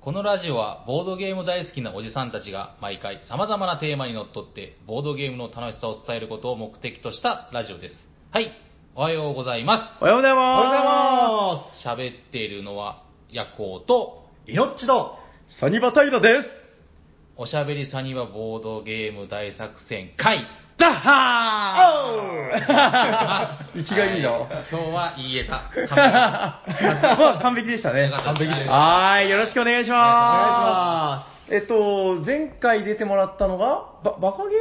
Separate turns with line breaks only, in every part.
このラジオはボードゲーム大好きなおじさんたちが毎回様々なテーマにのっとってボードゲームの楽しさを伝えることを目的としたラジオです。はい、おはようございま。
おはようございます。
おはようございま
喋
す
っているのは夜行と
イノッチと、
サニバタイラです。
おしゃべりさにはボードゲーム大作戦会
ダッハー 生きがいい
は
よ。
今日は言え た。
まあ、完璧でしたね。
よかったです完璧です
はーい、よろしくお願いします。
願
えっと、前回出てもらったのが、ば、バカゲー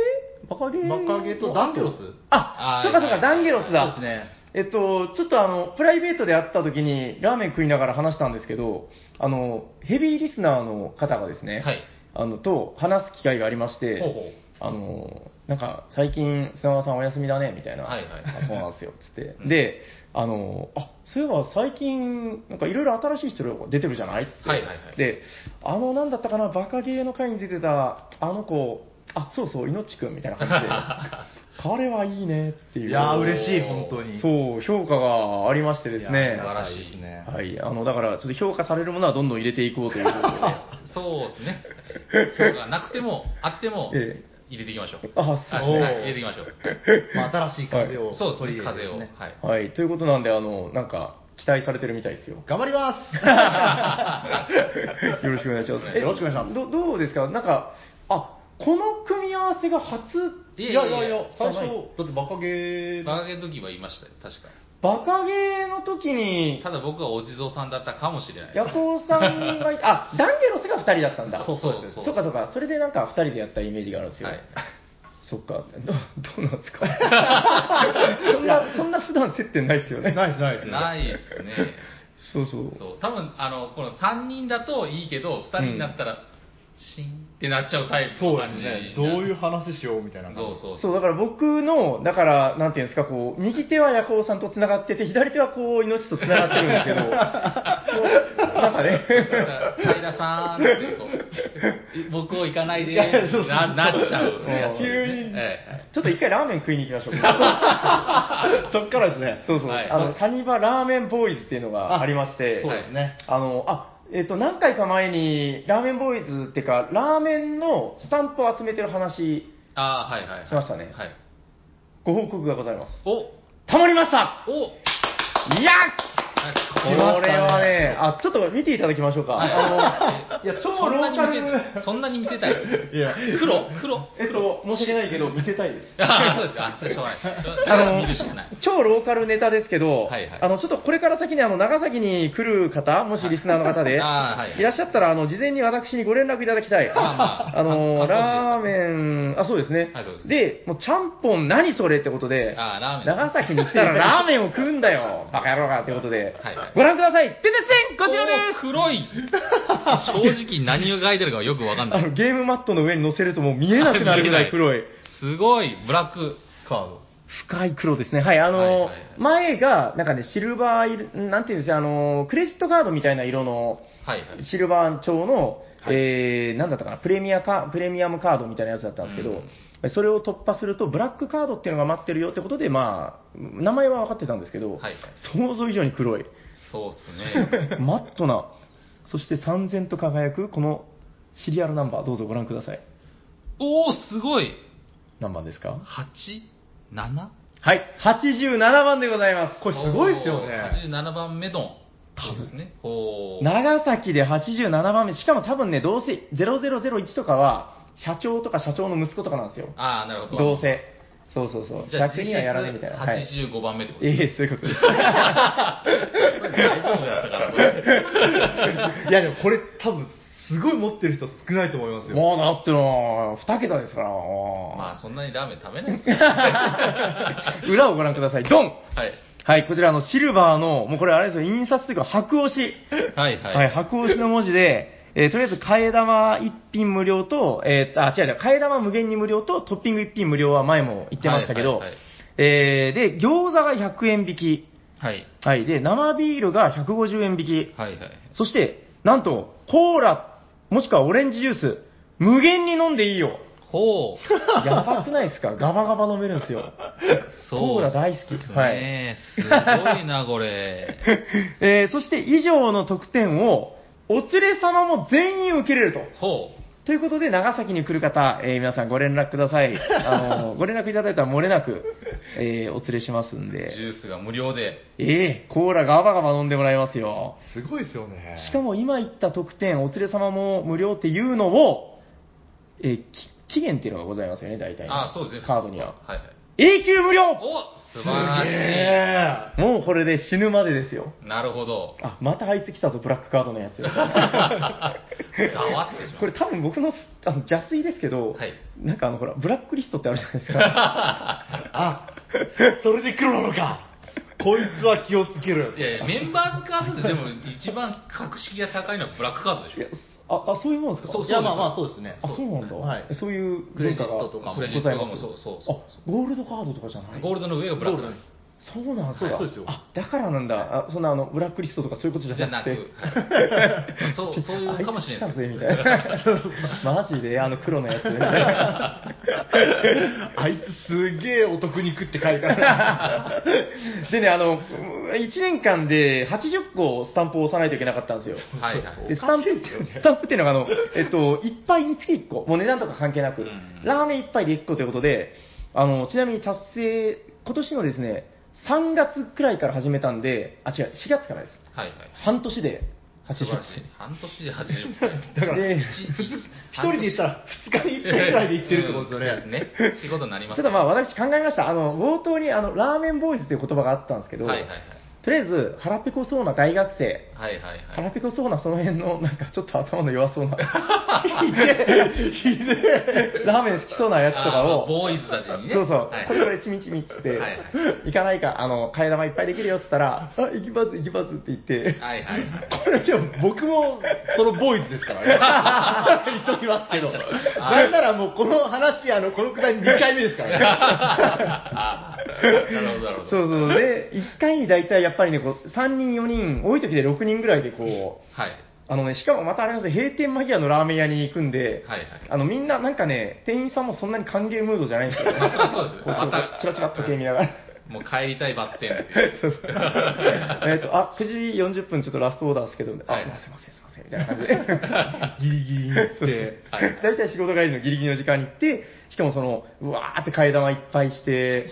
バカゲー
バカゲとダンゲロス
あ
あ、ー
そうかそう
は
か、
い
ダンゲロスだ。
そうですね
えっと、ちょっとあの、プライベートで会った時に、ラーメン食いながら話したんですけど、あの、ヘビーリスナーの方がですね、
はい
あの、と話す機会がありまして、
ほうほう
あの、なんか、最近、砂川さんお休みだね、みたいな。
はいはい
あそうなんですよ、つって。
うん
で、あの、あ、そういえば最近、なんかいろいろ新しい人が出てるじゃないつって。
はいはいはい
で、あの、なんだったかな、バカゲーの会に出てた、あの子、あ、そうそう、いのっちくん、みたいな感じで。 彼はいいねっていう。
いやー、
うれ
嬉しい、本当に。
そう、評価がありまして
いやー
です
あり
ね。
がたで
素
す
晴
ね。
はい。あの、だから、ちょっと評価されるものはどんどん入れていこうという ことで。
そうですね。そうか、なくても、あっても、
え
入れていきましょう。
あ
はい
そう
はい入れていきましょう。
まあ、新しい風を
そうです
取り
ね、
入れ
風
て
を。
ね
はい。
はい。ということなんで、あの、なんか、期待されてるみたいですよ。
頑張ります
よろしくお願いします。
はい
え
よろしくお願いします
どどうですかなんか、あ、この組み合わせが初。
い
い
や
や
い
い
や
や
い
い
や
や、最
は
初
い、
だってバカゲー
バカげの時は言いましたよ、確か。
バカゲーの時に
た、だ僕はお地蔵さんだったかもしれないです。
ヤコウさんが、あ、ダンゲロスが2人だったんだ。
そうそうそうそう
そっかそっか。それでなんか2人でやったイメージがあるんですよ。
はい
そっか。どどうなんですかそんな、そんな普段接点ないですよね。
ナイスナイス。
ないですね。
そうそう。
そう。多分、あの、この3人だといいけど、2人になったら、シーンってなっちゃうタイプ
そ
の
うで
感
す
じ。
ね。どういう話しようみたいな
そ
感
う
じ。
そうそう。
そう、だから僕の、だから、なんていうんですか、こう、右手はヤコウさんと繋がってて、左手はこう、命と繋がってるんですけど、こうなんかね、
平さんってこうい僕を行かないでななっちゃうやつですね
急に
ええ
ちょっと一回ラーメン食いに行きましょうか。
そっからですね。
そうそう、
はい
あの、サニバラーメンボーイズっていうのがありまして、
そうですね。
あの、あ、えっ、と、何回か前に、ラーメンボーイズっていうか、ラーメンのスタンプを集めてる話、
ああ、はいはいはい。
しましたね
はい。
ご報告がございます。
お、
たまりました
お、
いや
はい
こ
来ましたね
れはね、あ、ちょっと見ていただきましょうか。あの、いや、超
そん
ロ
な
ー
に
カ
見せ
ル。
たい。そんなに見せたい。
いや、
黒、黒。
えっと、申し訳ないけど、見せたいです。
ああ、そうです か。あそれしょうがないです。
あ
見るしかない。
の、超ローカルネタですけど、
はいはい
あの、ちょっとこれから先にあの、長崎に来る方、もしリスナーの方 で、
あーはいはい
らっしゃったら、あの、事前に私にご連絡いただきたい。
まあまあ
あの、ラー
ン。
メン、あ、そうですね。
はいそうです
で、もう、ちゃんぽん何それってことで、
あーラーメン
長崎に来 たらラーメンを食うんだよ、バカ野郎がってことで、
はいはい
ご覧ください、出てせんこちら
お
で
ー
す
黒い。正直何が書いてるかよくわかんな
あ
い。
の、ゲームマットの上に乗せるともう見えなくなるぐらい黒い。
すごい、ブラック。
カード。
深い黒ですね。はい、あの、
はいはいはい
前が、なんかね、シルバー色、なんていうんですか、あの、クレジットカードみたいな色の、
はいはい。
シルバー調の、えー、なんだったかな、プレミアか、プレミアムカードみたいなやつだったんですけど、それを突破すると、ブラックカードっていうのが待ってるよってことで、まあ、名前は分かってたんですけど、
はいはい
想像以上に黒い。
そうっすね。
マットな、そして三千と輝く、このシリアルナンバー、どうぞご覧ください。
おおすごい。
何番ですか
8?7?
はい、87番でございます。
これすごいですよね。
87番目の。そうですね。おー
長崎で87番目、しかも多分ね、どうせ0001とかは、社長とか社長の息子とかなんですよ。
ああ、なるほど。
どうせ。そうそうそう。
じゃあ
100にはやらないみたいな。はい。
実質85番目ってこと
え
ですね
え、そういうことです。
大丈夫だったからこれ
いや、でもこれ多分、すごい持ってる人少ないと思いますよ。
もうだっての、二桁ですから。
まあそんなにラーメン食べないですよ。は
裏をご覧ください。ドン
い。
はい、こちらあのシルバーの、もうこれあれですよ、印刷というか白押し。
はいはい。
はい、白押しの文字で、えーとりあえず替え玉一品無料と、えーあ、違う違う、替え玉無限に無料とトッピング一品無料は前も言ってましたけど、
はいはいはい
えーで、餃子が100円引き。
はい。
はい、で、生ビールが150円引き。
はいはい。
そして、なんと、コーラ、もしくはオレンジジュース、無限に飲んでい いよ。
ほう。
やばくないですかガバガバ飲めるんで すよ。コーラ大好き
そうっすね。すごいな、これ。
えーそして以上の得点を、お連れ様も全員受けれると。
ほ
ということで、長崎に来る方、えー皆さんご連絡ください。あ の、ご連絡いただいたら漏れなく、えーお連れしますん
う。ジ
で。
ュースが無料で。
ええコーラガバガバ飲んでもらいますよ。
すごいですよね。
しかも今言った特典、お連れ様も無料っていうのを、えーき期限っていうのがございますよね、大体ね。
あ、そうですね。
カードには。
はいはい。
永久無料
お素
す
晴
げ
ら
え。
もうこれで死ぬまでですよ。
しい。なるほど。
あ、またあいつ来たぞ、ブラックカードのや つ。
ざわってしまう。
これ多分僕のあの邪推ですけど、
はい
なんかあのほら、ブラックリストってあるじゃないですか。
あ、それで黒なのか。こいつは気をつける。
いやいや、メンバーズカードででも一番格式が高いのはブラックカードでし
い
ょ
や。ああ、そういうもんですか
そう
いや、まあまあそうですね。
あ、そうなんだ。
はい
そういう
クレ
文
ジ
化
ッ
が
トとか
ご
ク
ざ
レ
い
ジットとか
ま
も
す
そうそうそう
あ、ゴールドカードとかじゃない
ゴールドの上がブラックなんで
そうなんですか。
そうですよ
あ、だからなんだ。あそんなあの、ブラックリストとかそういうことじ
す。じゃ
ゃ
な
な
く、
く
は
て
い。そう、そういうかもしれないです
あ
け
いつ来たぜみた いな。マジで、あの黒のやつ。みたいな
あいつすげえお得に食って書い てある。
でね、あの、1年間で80個スタンプを押さないといけなかったんですよ。
ど。はいはい。
でスタンプ
おかしいんだよね
スタンプっていうのがあの、えっと、1杯につき1個、もう値段とか関係なく、
うん
ラーメン1杯で1個ということで、あのちなみに達成、今年のですね3月くらいから始めたんで、あ違う、4月からです、
はいはい。
半年で
素
80
晴らしい。半年で80分。
だから、
で
一一人で行ったら二日に一回ぐらいで行ってるってことですよね。
ね。ですね。っていうことになります。
ちょっとまあ私、考えました、あの冒頭にあのラーメンボーイズという言葉があったんですけど、
はいはい
とりあえず腹ペコそうな大学生、
はい。はいはいは
腹
い。
ペコそうなその辺の、なんかちょっと頭の弱そう な、ラーメン好きそうなやつとか
あ
を
ー。ボーイズたちにね。
そうそう、
はい
これこれ、ちみちみっつって、
はいはい
行かないか、あの、替え玉いっぱいできるよって言ったら、あ、行きます、行きますって言って、
はいはいはい。
これでも僕もそのボーイズですから ね。言っときますけど。なんならもうこの話、あの、このくらい2回目ですからね。
あーなるほどなるほど。
そうそう、で、1回に大体やっぱりね、こう3人、4人、多い時で6人ぐらいでこう、
はい。
あのね、しかもまたあれなんですよ、閉店間際のラーメン屋に行くんで、
はいはい
あのみんな、なんかね、店員さんもそんなに歓迎ムードじゃないんで すよ、
まあそりゃそうですね
こうちょっと
また
チラチラっと時計見ながら。
もう帰りたいバッテンっていう。
そうそう えっと、あ、9時40分ちょっとラストオーダーですけど、あ、
はい
まあすいません、すいません、みたいな感じで。
ギリギリに行って。
はい
大体仕事帰りのギリギリの時間に行って、しかもその、うわーって替え玉いっぱいして、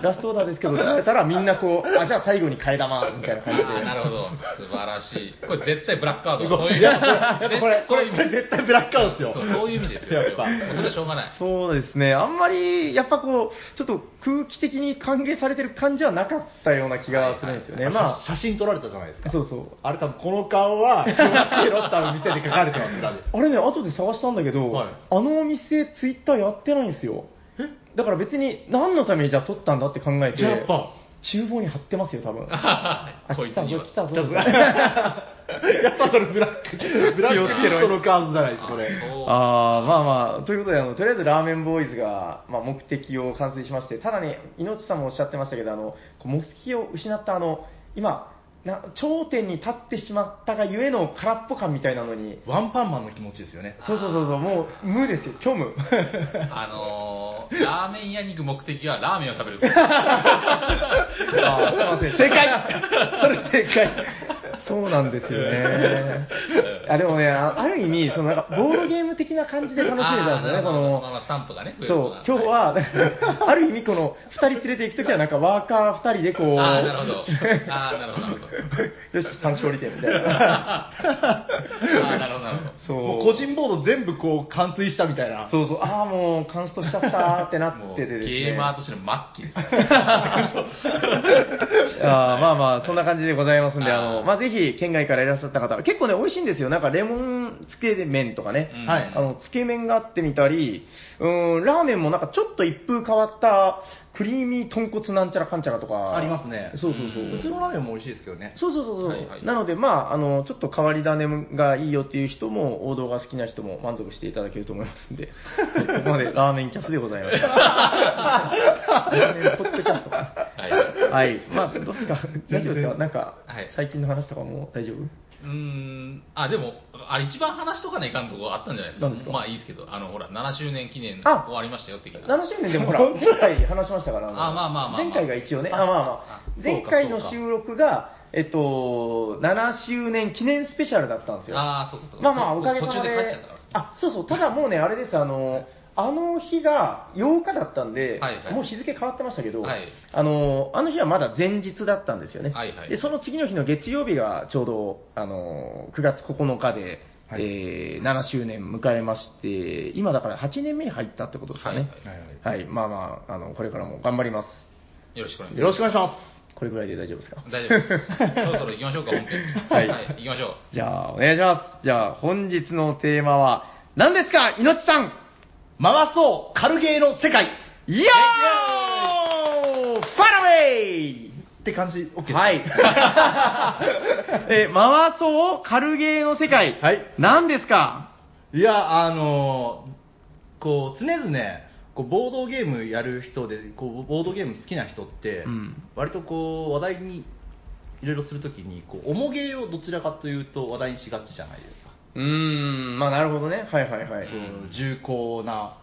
ラストオーダーですけど、って言われたらみんなこう、あ、じゃあ最後に替え玉、みたいな
あ
感じで。
ーなるほど。素晴らしい。これ絶対ブラックカード。そういう
いや、やっぱこれ、
そ
こ
ういう意
れ、こ
味
れ絶対ブラックアウトですよ。
そうそういう意味ですよ。そ
や
れ
っぱ
はもうそれはしょうがない。
そうですね、あんまりやっぱこう、ちょっと空気的に歓迎されてる感じはなかったような気がするんですよね。ま
写真撮られたじゃないです
あ、
か。
そうそう。
あれ多分この顔は、気をつけろって多分店で書かれてます、多分
あれね、後で探したんだけど、
はい
あのお店、ツイッターやってないんですよ。だから別に、何のためにじゃあ撮ったんだって考えて、
じゃあやっぱ、
厨房に貼ってますよ、多分。 あ、
こい
来
つ
た
に
ぞ
は、
来たぞ。
やっぱそれブラック、ブラックリストのカードじゃないですか、これ。
あ
あーまあまあ、ということであの、とりあえずラーメンボーイズが、まあ、目的を完遂しまして、ただね、猪木さんもおっしゃってましたけど、あのこう目的を失ったあの、今な、頂点に立ってしまったがゆえの空っぽ感みたいなのに、
ワンパンマンの気持ちですよね。
そうそうそうそう、もう無ですよ、虚無。
そうあのー、ラーメン屋に行く目的はラーメンを食べ ること。
あーすいません
正解それ正解
そうなんですよね。あでもね、あある意味、そのなんかボードゲーム的な感じで楽しめたんですよ
あーなる
ね、
ほ
こ
ど
の
まあまあスタンプがね。
そう、今日は、 ある意味、この2人連れて行くときは、なんかワーカー2人でこう、
ああー、なるほど。ああ、なるほど、なるほど。
よし、三勝利点みたい な。
ああ、なるほど、なるほど。
そう。
もう個人ボード全部こう完遂したみたいな。
そうそう、ああ、もう、カンストしちゃったーってな
もう
って
ゲ
てですね。
ーマーとしての末期ですね。
あーまあまあ、そんな感じでございますんで、
あ
あ
ー
の、まあ、ぜひ、県外からいらっしゃった方、結構ね、美味しいんですよ。なんか、レモンつけ麺とかね。
うん
はい
あの、つけ麺があってみたり、うーん、ラーメンもなんかちょっと一風変わった、クリーミー豚骨なんちゃらかんちゃらとか。
ありますね
そうそうそう。
うん
普通のラーメンも美味しいですけどね。
そうそうそうそう、
はいはい
なので、まあ、あのちょっと変わり種がいいよっていう人も、王道が好きな人も満足していただけると思いますんで、はいここまでラーメンキャスでございました。ラーメンポッドキャストか。
はい。う
はい、まあ、どうですか、大丈夫ですか、なんか、
はい
最近の話とかも大丈夫
ーん、あ、でも、あ一番話とかねいかんとこあったんじゃないですか。
何ですか
まあいいですけど、あの、ほら、7周年記念終
あ
わりましたよ、的な。
?7 周年で もほら、前回話しましたから、の
あまあまあまあまあ
前回が一応ね、あまあまあ
あ、
前回の収録が、えっと、7周年記念スペシャルだったんですよ。
ああ、そうかそうか。
まあまあ、おかげさ
途
ま
中で
で。
帰っちゃったから。
あ、そうそう、ただもうね、あれです、あの、あの日が8日だったんで、
はいはい
もう日付変わってましたけど、
はい
あの、あの日はまだ前日だったんですよね。
はいはい
で、その次の日の月曜日がちょうど、あの、9月9日で、
はい
えー7周年迎えまして、今だから8年目に入ったってことですかね。
はい
はい
はい、まあまあ、あの、これからも頑張ります。
よろしくお願いし
よろしくお願いしま
これぐらいで大丈夫ですか
ます。大丈夫 です。そろそろ行きましょうか、本編に。
はい
行きましょう。
じゃあ、お願いします。じゃあ、本日のテーマは、何ですか、いのちさん
す。回そう、軽ゲーの世界。
イエーイファラウェイ
って感じ、OK です。
はい。 え、回そう軽ゲーの世界。
はい
何ですか
いや、あのーこう、常々、こうボードゲームやる人でこうボードゲーム好きな人って、
うん
割とこう話題にいろいろするときにこう重ゲーをどちらかというと話題にしがちじゃないですか、
うーん、まあなるほどね。はいはいは
そう重厚な、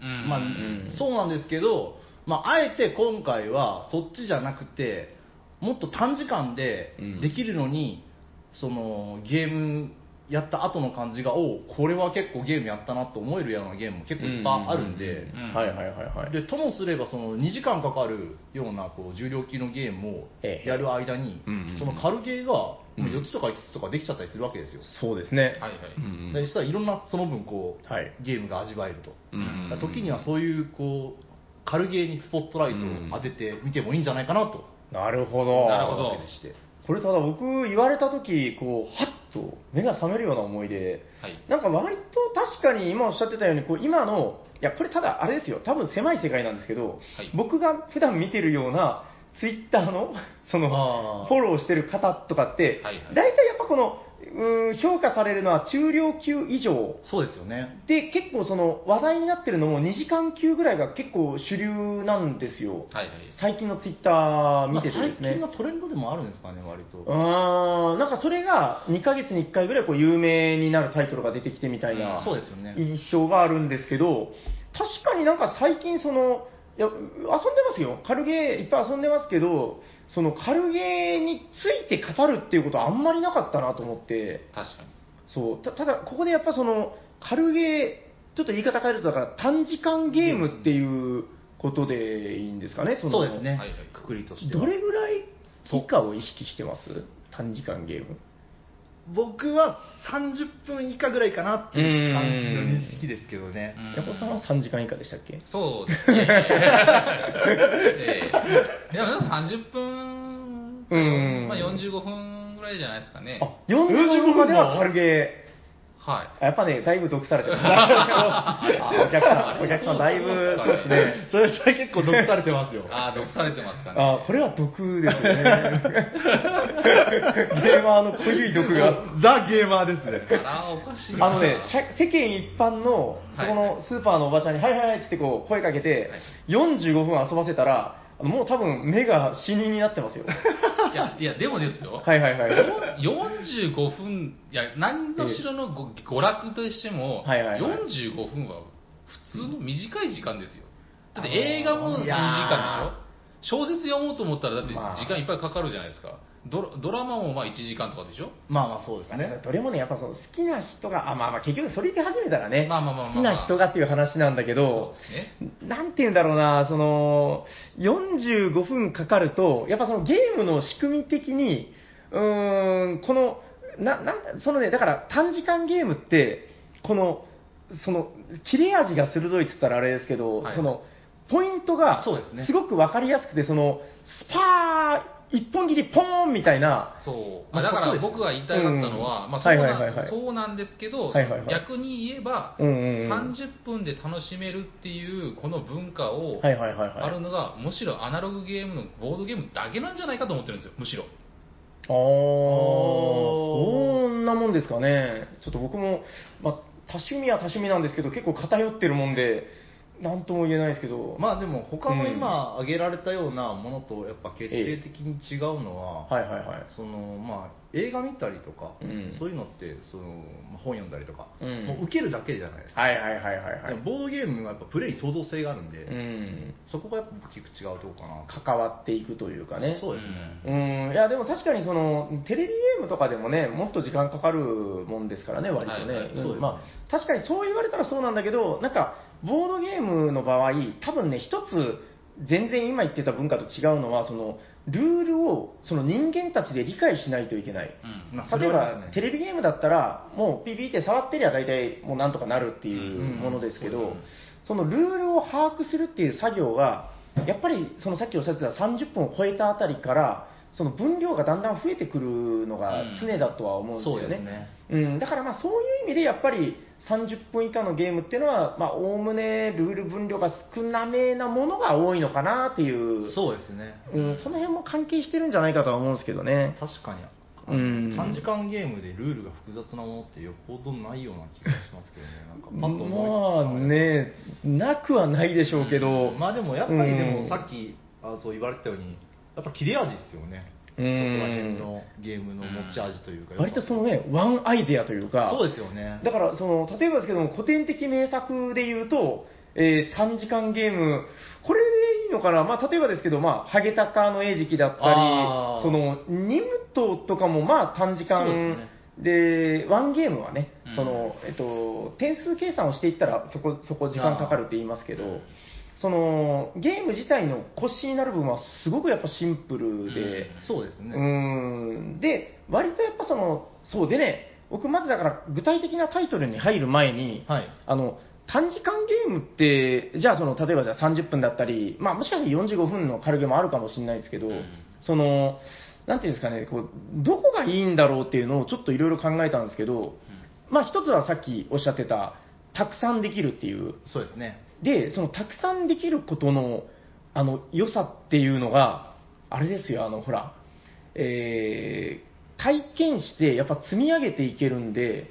うん
まあ
ん
そうなんですけど、まあ、あえて今回はそっちじゃなくてもっと短時間で
うん
できるのに、そのゲームやった後の感じがおうこれは結構ゲームやったなと思えるようなゲームも結構いっぱいあるんで。
う
うん
はいはいはいはい。
でともすればその2時間かかるようなこう重量級のゲームを
ええ
やる間に、
うんうんうん
その軽ゲーがもう
うん
4つとか5つとかできちゃったりするわけですよ、
そうですね。
はいはい
うん
でしたらいろんなその分こう、
はい
ゲームが味わえると、
うんうんうん
だから時にはそういうこう軽ゲーにスポットライトを当てて見てもいいんじゃないかなと
なるほ
う
ど。
んなるほ
思う
ど
わけでして、
これただ僕言われた時こうハッと目が覚めるような思いで、
はい
なんか割と確かに今おっしゃってたようにこう今のいやこれただあれですよ多分狭い世界なんですけど、
はい
僕が普段見てるようなツイッター のそ
あ
の
ー
フォローしてる方とかって、
はいはい
大体やっぱこのうーん評価されるのは中量級以上
そうですよね
で結構その話題になってるのも2時間級ぐらいが結構主流なんですよ、
はいはい。
最近のツイッター見てて
まあ
ですね、
最近のトレンドでもあるんですかね割と、
うーんなんかそれが2ヶ月に1回ぐらいこう有名になるタイトルが出てきてみたいな
うんそうですよね
印象があるんですけど、確かになんか最近その、いや遊んでますよ、軽ゲーいっぱい遊んでますけど、その軽ゲーについて語るっていうことはあんまりなかったなと思って、
確かに。
そうたただ、ここでやっぱその軽ゲー、ちょっと言い方変えると、だから短時間ゲームっていうことでいいんですかね、の
そうですね、
はいはい
くくりとしては
どれぐらい以下を意識してます短時間ゲーム。
僕は30分以下ぐらいかなっていう感じの認識ですけどね
うん
ヤコさんは3時間以下でしたっけ
そうですね。ええいや、でも30分、
うん
まあ45分ぐらいじゃないですかね。
あ、45分までは軽ゲ
はい。
ー。やっぱね、だいぶ毒されてます。 あお客さん、お客さん、だいぶ、そうですね。
それそれ結構毒されてますよ
ああ、毒されてますかね。
あこれは毒 ですね。ゲーマーの濃ゆい毒が。
ザ・ゲーマーですね
あら、おかしいな。
あのね、社世間一般の、そこのスーパーのおばちゃんに、はいはいはいってこう声かけて、45分遊ばせたら、あのもう多分目が死人になってます よ。
いや、いや、でもですよ。
はいはいはい。
45分、いや、何のしろのご娯楽としても、
はいはいはい
45分は普通の短い時間ですよ。だって映画も2時間でしょ小説読もうと思ったら、だって時
まあ
間いっぱいかかるじゃないですか。ドラドラマもまあ1時間とかでしょ
まあまあそうです
ね
ね、
どれもね、やっぱその好きな人が、あまあまあ、結局それ言って始めたらね、
まあまあまあまあ
好きな人がっていう話なんだけど
そ、うですね。
なんて言うんだろうな、その45分かかると、やっぱそのゲームの仕組み的に、うーん、この、ななんそのね、だから短時間ゲームって、この、その切れ味が鋭いって言ったらあれですけど、
はい
そのポイントが
そうですね
すごく分かりやすくて、そのスパー、一本切り、ポーンみたいな。
そう、
まあ
だか
そう
ら
ですよ
僕が言いたかったのは、
うん
まあ、そう
はいはいはい
な
は
ん
い
そうなんですけど、
はいはいはい
逆に言えば、
うんうんうん
30分で楽しめるっていうこの文化を、
はいはいはいはい。
あるのが、むしろアナログゲームのボードゲームだけなんじゃないかと思ってるんですよ、むしろ。
あーそんなもんですかね、ちょっと僕も、まあ、多趣味は多趣味なんですけど、結構偏ってるもんで、なんとも言えないですけど、
まあでも他の今挙げられたようなものとやっぱ決定的に違うのは、
はいはいはい。
そのまあ、映画見たりとか、
うん
そういうのってそのまあ本読んだりとか、
うん
もう受けるだけじゃないですか、
はいはいはいはいはい
でも。ボードゲームはやっぱプレイに創造性があるんで、
うん。
そこがやっぱ大きく違うとこかな
関わっていくというかね。
そうですね、
うん、いやでも確かにそのテレビゲームとかでもねもっと時間かかるもんですからね、割とね、
はいはい
うん
そうですね
まあ、確かにそう言われたらそうなんだけど、なんかボードゲームの場合、多分ね、一つ、全然今言ってた文化と違うのは、そのルールをその人間たちで理解しないといけない。
うん
まあそ
例
れ
え
はあり
ば
ますね
テレビゲームだったら、もうピピって触ってりゃ大体もうなんとかなるっていう
うん
ものですけ
そう
ど
ですね、
そのルールを把握するっていう作業が、やっぱりそのさっきおっしゃってた30分を超えたあたりから、その分量がだんだん増えてくるのが常だとは思うんですよ
そう
ね。
ですね
うん、だからまあそういう意味でやっぱり30分以下のゲームっていうのは、まあ、おおむねルール分量が少なめなものが多いのかなっていう、
そうですね
うん、その辺も関係してるんじゃないかとは思うんですけどね。
確かに
うん
3時間ゲームでルールが複雑なものってよほどないような気がしますけどねなんかパッと思いつか
まあ
ない
ね、なくはないでしょうけど、
まあでもやっぱりで
うん
もさっきあそう言われてたようにやっぱ切れ味ですよね、
うん
そこら辺のゲームの持ち味というか、
割とその
ね
ね、ワンアイデアというか、
そうですよね
だからその、例えばですけども、古典的名作で言うと、えー短時間ゲーム、これでいいのかな、まあ、例えばですけど、まあ、ハゲタカの餌食だったり
あ、ー
そのニムトとかもまあ短時
そうです
間
ね
で、ワンゲームはね、
うん
そのえっと、点数計算をしていったらそこ、そこ時間かかるって言いますけど、そのゲーム自体の腰になる部分はすごくやっぱシンプルで。
そうですね、
うーんで、割とやっぱその、そうでね、僕まずだから具体的なタイトルに入る前に、
はい
あの、短時間ゲームって、じゃあその、例えばじゃあ30分だったり、まあもしかしたら45分の軽ゲームあるかもしれないですけど、
ん
その、なんていうんですかね、こう、どこがいいんだろうっていうのをちょっといろいろ考えたんですけど、まあ一つはさっきおっしゃってた、たくさんできるっていう、
そうですね
で、そのたくさんできることの、あの、良さっていうのが、あれですよ、あの、ほら、えー体験して、やっぱ積み上げていけるんで、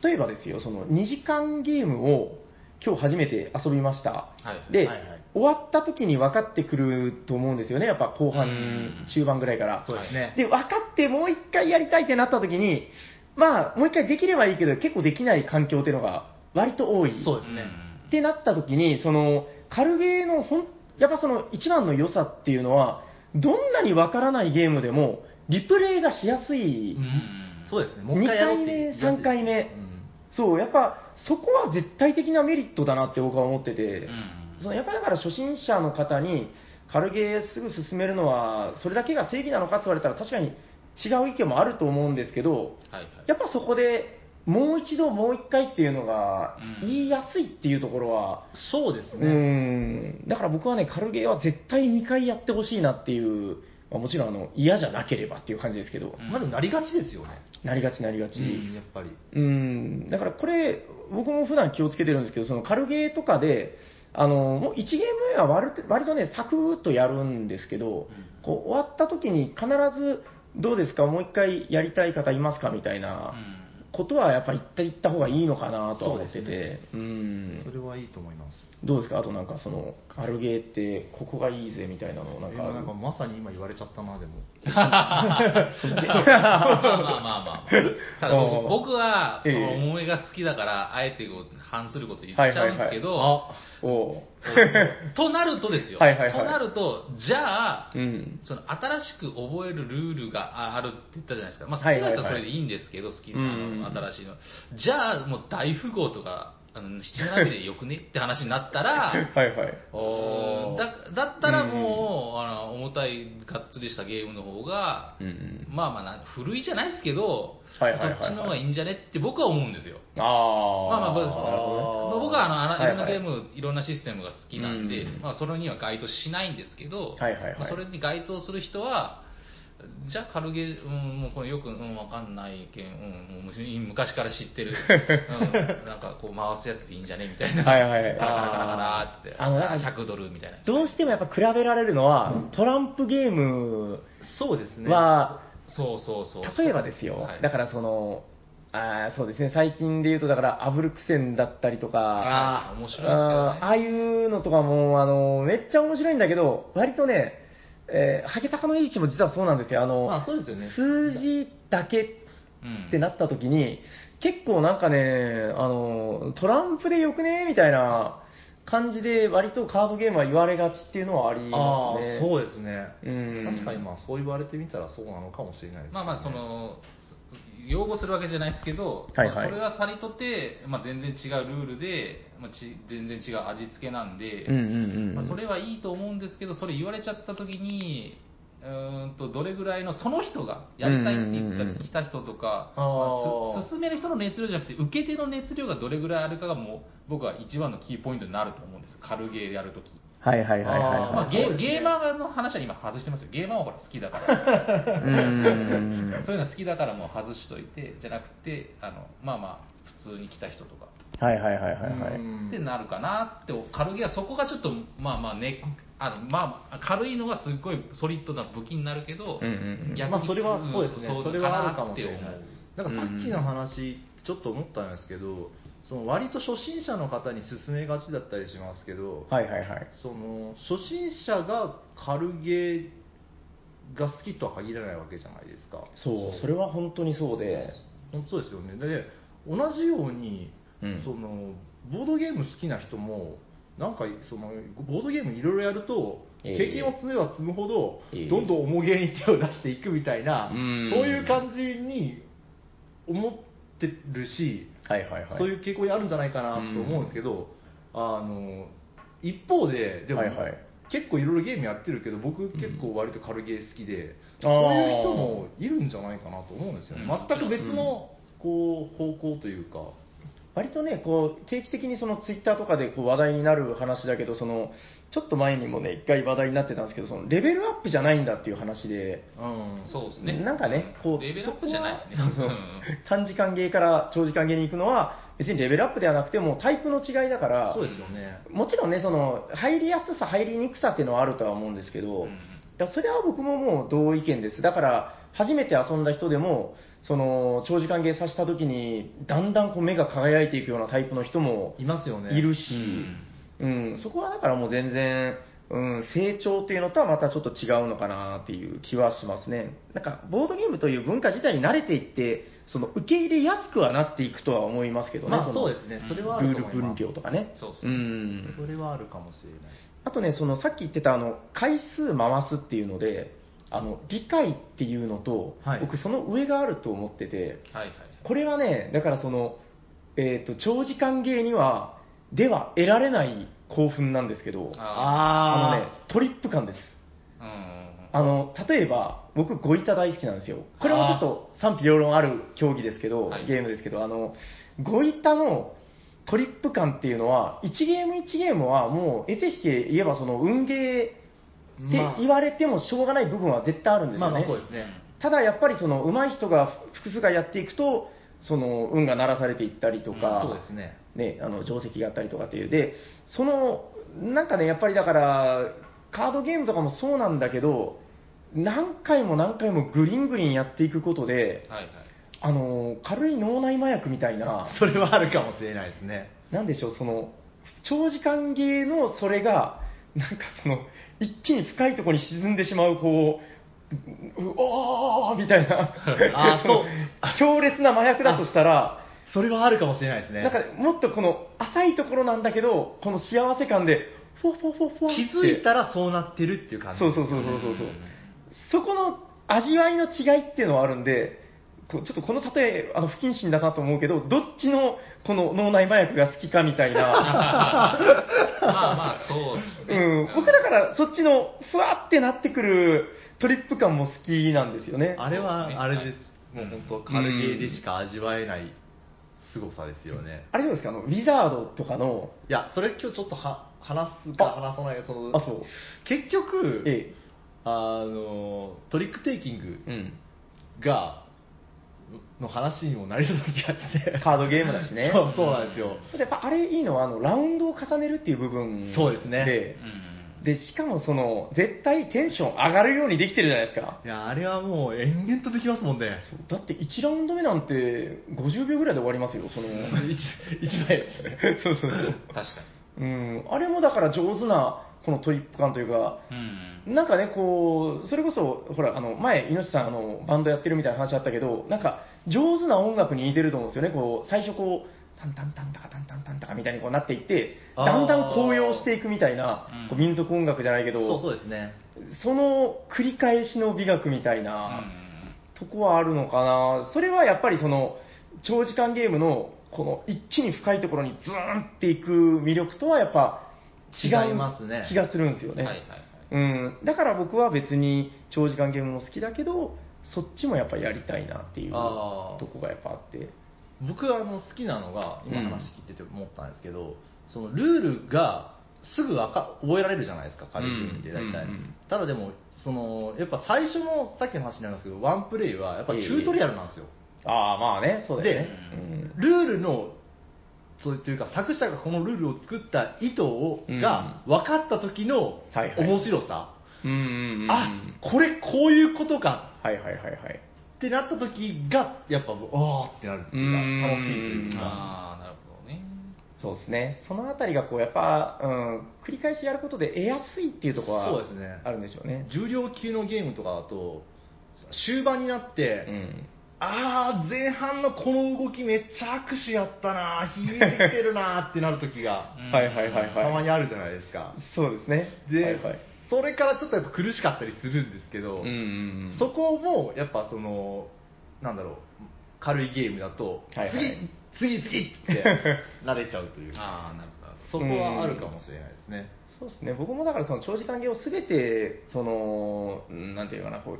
例えばですよ、その2時間ゲームを今日初めて遊びました。
はい
で、
はいはい
終わった時に分かってくると思うんですよね、やっぱ後
うん
半、中盤ぐらいから。
そうですね、
で、分かってもう一回やりたいってなった時に、まあ、もう一回できればいいけど、結構できない環境っていうのが割と多い。
そうですね、
ってなった時にその軽ゲーのほんやっぱその一番の良さっていうのはどんなにわからないゲームでもリプレイがしやすい、
うんそうですねもう
2
一回やろ
回
うって
目
いう
3回目、
うん
そうやっぱそこは絶対的なメリットだなって僕は思ってて、
うん
そのやっぱりだから初心者の方に軽ゲーすぐ進めるのはそれだけが正義なのかって言われたら確かに違う意見もあると思うんですけど
はいはい
やっぱそこでもう一度もう一回っていうのが
うん
言いやすいっていうところは、
そうです
う
ね、
ーんだから僕はね、軽ゲーは絶対2回やってほしいなっていう、まあもちろんあの嫌じゃなければっていう感じですけど、
うん
まあでもなりがちですよね、
なりがちなりがち。
うんやっぱり
うん、だからこれ、僕も普段気をつけてるんですけど、その軽ゲーとかで、あのもう1ゲーム目は割と割とね、サクーっとやるんですけど、
うん
こう終わった時に必ず、どうですか、もう1回やりたい方いますかみたいな
うん
ことはやっぱり言った言った方がいいのかなとは思って
そうで
て、うん
それはいいと思います
どうですかあとなんかその、軽ゲーってここがいいぜみたいなのなん
今なんか
か
まさに今言われちゃったなでも
まあまあまあまあ。ただ
おう
僕は、そ
ええ
の思いが好きだから、あえてこう反すること言っちゃうんですけど、
おう
となるとですよ。
はいはいはい
となると、じ ゃあ、
うん。
その新しく覚えるルールがああるって言ったじゃないですか。まあ、好
は
き
い
だ
は
っ
い
た
はい
らそれでいいんですけど、好きな
うん
あの新しいの。じゃあ、もう大富豪とか、あの七並べでよくねって話になった ら、
はいはい。
おーだだったらもう、あの重たいがっつりしたゲームの方が、
うん。
まあまあな古いじゃないですけど、
はいはいはいはい
そっちの方がいいんじゃねって僕は思うんですよ。
ああ。
まあまあ僕
なるほどね
あー
僕はあのあらいろんな
はい
ゲ
は
ー
い
ム、いろんなシステムが好きなんで、
うん
まあ、それには該当しないんですけど、
はいはいはい
まあ、それに該当する人は、じゃあ軽ゲー、うん、もうこのよく、うん、わかんないけん、うん、もうむし昔から知 ってる、うん、なんかこう回すやつでいいんじゃねみたいな。
はいはい
カラカラカラカラって。
あのなんか
100ドルみたいな。
どうしてもやっぱ比べられるのは、トランプゲーム
そうですね
は、
そうそうそう。
例えばですよ、
はい
だからその、あーそうですね、最近で言うと、だから、アブルクセンだったりとか、
あー面白いですよね
あーああいうのとかも、あの、めっちゃ面白いんだけど、割とね、えーハゲタカの位置も実はそうなんですよ。あの、
まあそうですよね
数字だけ
うん
ってなった時に、結構なんかね、あの、トランプでよくねみたいな感じで、割とカードゲームは言われがちっていうのはあり
あ
ま
あ
すね。
ー、そうですね。
うん
確かにまあそう言われてみたらそうなのかもしれないですね
まあまあ、そ、の、擁護するわけじゃないですけど、
はいはい
それはさりとて、まあ、全然違うルールで、まあ、ち全然違う味付けなんで、
うんうんうん。
まあ、それはいいと思うんですけど、それ言われちゃった時に、うーんとどれぐらいのその人がやりたいって言った
うんうんうん
り来た人とか、
あー
まあす進める人の熱量じゃなくて、受け手の熱量がどれぐらいあるかが、もう僕は一番のキーポイントになると思うんです、軽ゲーやるとき。
はいはいはいはい、
あ
まあ、
は
ゲ
そうですね
ゲーマーの話は今外してますよ。ゲーマーはほら好きだから。
い。うん
そういうの好きだからもう外しといて、じゃなくて、あの、まあまあ、普通に来た人とか、
はいはいはいは
う
いはい。
ん
ってなるかなって、軽ゲはそこがちょっと、まあまあね、あの、まあまあ、軽いのはすごいソリッドな武器になるけど、
うんうんうん
逆に
まあそれはそうですね、
ん
それはあるかもしれない
かなって思う。
なんかさっきの話、ちょっと思ったんですけど、その割と初心者の方に勧めがちだったりしますけど、
はいはいはい。
その初心者が軽ゲーが好きとは限らないわけじゃないですか。
そう、それは本当にそうで。
本当そうですよね。で、同じように、
うん
そのボードゲーム好きな人も、なんかそのボードゲームいろいろやると、
ええ
経験を積めば積むほど、
ええ
どんどん重げに手を出していくみたいな、
うん
そういう感じに思ってるし、
はいはいはい。
そういう傾向にあるんじゃないかなと思うんですけど、あの一方で、でも、
はいはい
結構いろいろゲームやってるけど、僕、結構割と軽ゲー好きで、
ん
そういう人もいるんじゃないかなと思うんですよね、
うん
全く別のこう方向というか、
割とね、こう、定期的にそのツイッターとかでこう話題になる話だけど、その、ちょっと前にもね、一回話題になってたんですけど、その、レベルアップじゃないんだっていう話で、
うん
そうですね。
なんかね、こう、
レベルアップじゃないですね。
そこはそうそう
うん
短時間ゲーから長時間ゲーに行くのは、別にレベルアップではなくて、もうタイプの違いだから、
そうですよね。
もちろんね、その、入りやすさ、入りにくさっていうのはあるとは思うんですけど、
うん
いやそれは僕ももう同意見です。だから、初めて遊んだ人でも、その、長時間ゲーさせた時に、だんだんこう目が輝いていくようなタイプの人も
いますよね。
いるし、
うん
うん、そこはだからもう全然、うん、成長っていうのとはまたちょっと違うのかなっていう気はしますね。なんか、ボードゲームという文化自体に慣れていって、その、受け入れやすくはなっていくとは思いますけどね。
まあ
の
そうですね。それはあ
ル
る
ール
と思い
分
ます。
量とかね。
そうそう
うん。
それはあるかもしれない。
あとね、そのさっき言ってたあの回数回すっていうので、あの理解っていうのと、
はい
僕、その上があると思ってて、
はいはい。
これはね、だからその、えー、と長時間芸には、では得られない興奮なんですけど、あ
あ
のね、トリップ感です。
うんうんうん
あの例えば、僕、ゴイタ大好きなんですよ、これもちょっと賛否両論ある競技ですけど、
はい
ゲームですけど、あのゴイタのトリップ感っていうのは、1ゲーム1ゲームは、もう得てして言えば、その運ゲー
ま
っ
あ
て言われてもしょうがない部分は絶対あるんです
ま
よ
あまあ
ね
そ。うですね。
ただやっぱりその上手い人が複数がやっていくと、その運が鳴らされていったりとか、
そうですね。
ね、あの定石があったりとかっていう、でそのなんかね、やっぱりだから、カードゲームとかもそうなんだけど、何回も何回もグリングリンやっていくことで、
はいはい。
あの軽い脳内麻薬みたいな、
それはあるかもしれないですね。
なんでしょう、その長時間ゲーのそれが、なんかその、一気に深いところに沈んでしまう、こう、ううおーみたいな
あーそう
強烈な麻薬だとしたら、
それはあるかもしれないですね。
なんかもっとこの浅いところなんだけど、この幸せ感で、ふわふわふわふわって
気づいたらそうなってるっていう感じ。
そうそうそうそうそうそう、そこの味わいの違いっていうのはあるんで、こうちょっとこの例え、あの不謹慎だなと思うけど、どっちのこの脳内麻薬が好きかみたい な、
まあまあ、そうです
う
ね。
ん、僕だからそっちのふわってなってくるトリップ感も好きなんですよね。
あれは、あれです。
は
も
いう
本当、軽ゲーでしか味わえない凄さですよね。
あれどうですかあの、ウィザードとかの、
いや、それ今日ちょっとは話すか
あ
話さないか、その、
あ、そう。
結局、
え
あの、トリックテイキング
え。うん。
が、の話にもなりそうな気がして。
カードゲームだしね
そうそうなんですよ。
やっぱあれいいのは、あの、ラウンドを重ねるっていう部分
そうですね
うんうん
で、しかもその、絶対テンション上がるようにできてるじゃないですか。
いや、あれはもう延々とできますもんね。
そうだって1ラウンド目なんて50秒ぐらいで終わりますよ、その。
一一枚ですね。
そうそうそう。
確かに。
うん、あれもだから上手な、このトリップ感というか、
うん。
なんかね、こう、それこそ、ほら、あの、前、猪木さん、あの、バンドやってるみたいな話あったけど、なんか、上手な音楽に似てると思うんですよね、こう、最初こう、タンタンタンタカタンタンタンタカみたいにこうなっていって、
あー
だんだん高揚していくみたいな
うん、
こう民族音楽じゃないけど、
そうそうですね。
その繰り返しの美学みたいな、とこはあるのかな、それはやっぱりその長時間ゲームのこの一気に深いところにズーンっていく魅力とはやっぱ違う
違いますね
気がするんですよ
うん
ね、
はいはいはい。
うん、だから僕は別に長時間ゲームも好きだけど、そっちもやっぱやりたいなっていう
あー
とこがやっぱあって、
僕あの好きなのが今
うん
話聞いてて思ったんですけど、そのルールがすぐわか覚えられるじゃないですか軽いゲームって大体、
うんうんうん
ただでもそのやっぱ最初のさっきの話になりますけどワンプレイはやっぱチュートリアルなんですよ、
ああ、まあね、そうだよね。うん
ルールのそうというか作者がこのルールを作った意図を
うん
が分かった時の
はいはい
面白さ、
うんうんうん、
あこれこういうことか
はいはいはいはい。
ってなった時がやっぱああってなるっていうか楽しいという
うん
か
ああ、なるほどね。
そうですね、そのあたりがこうやっぱ、うん、繰り返しやることで得やすいっていうところ
そう
は
ですね
あるんでしょうね。
重量級のゲームとかだと終盤になって、ああ前半のこの動きめっちゃ握手やったなー響いてきてるなーってなる時が
うん
はいはいはい
たま
はい。
にあるじゃないですか、
そうですね。
で、
はいはい、
それからちょっとやっぱ苦しかったりするんですけど、
ん
そこもやっぱそのなんだろう軽いゲームだと、
はいはい
次次次って慣れちゃうという か
ああ、なるほど。
そこはあるかもしれないですね、
そうですね。僕もだからその長時間ゲームをすべてそのうんなんていうかなこう、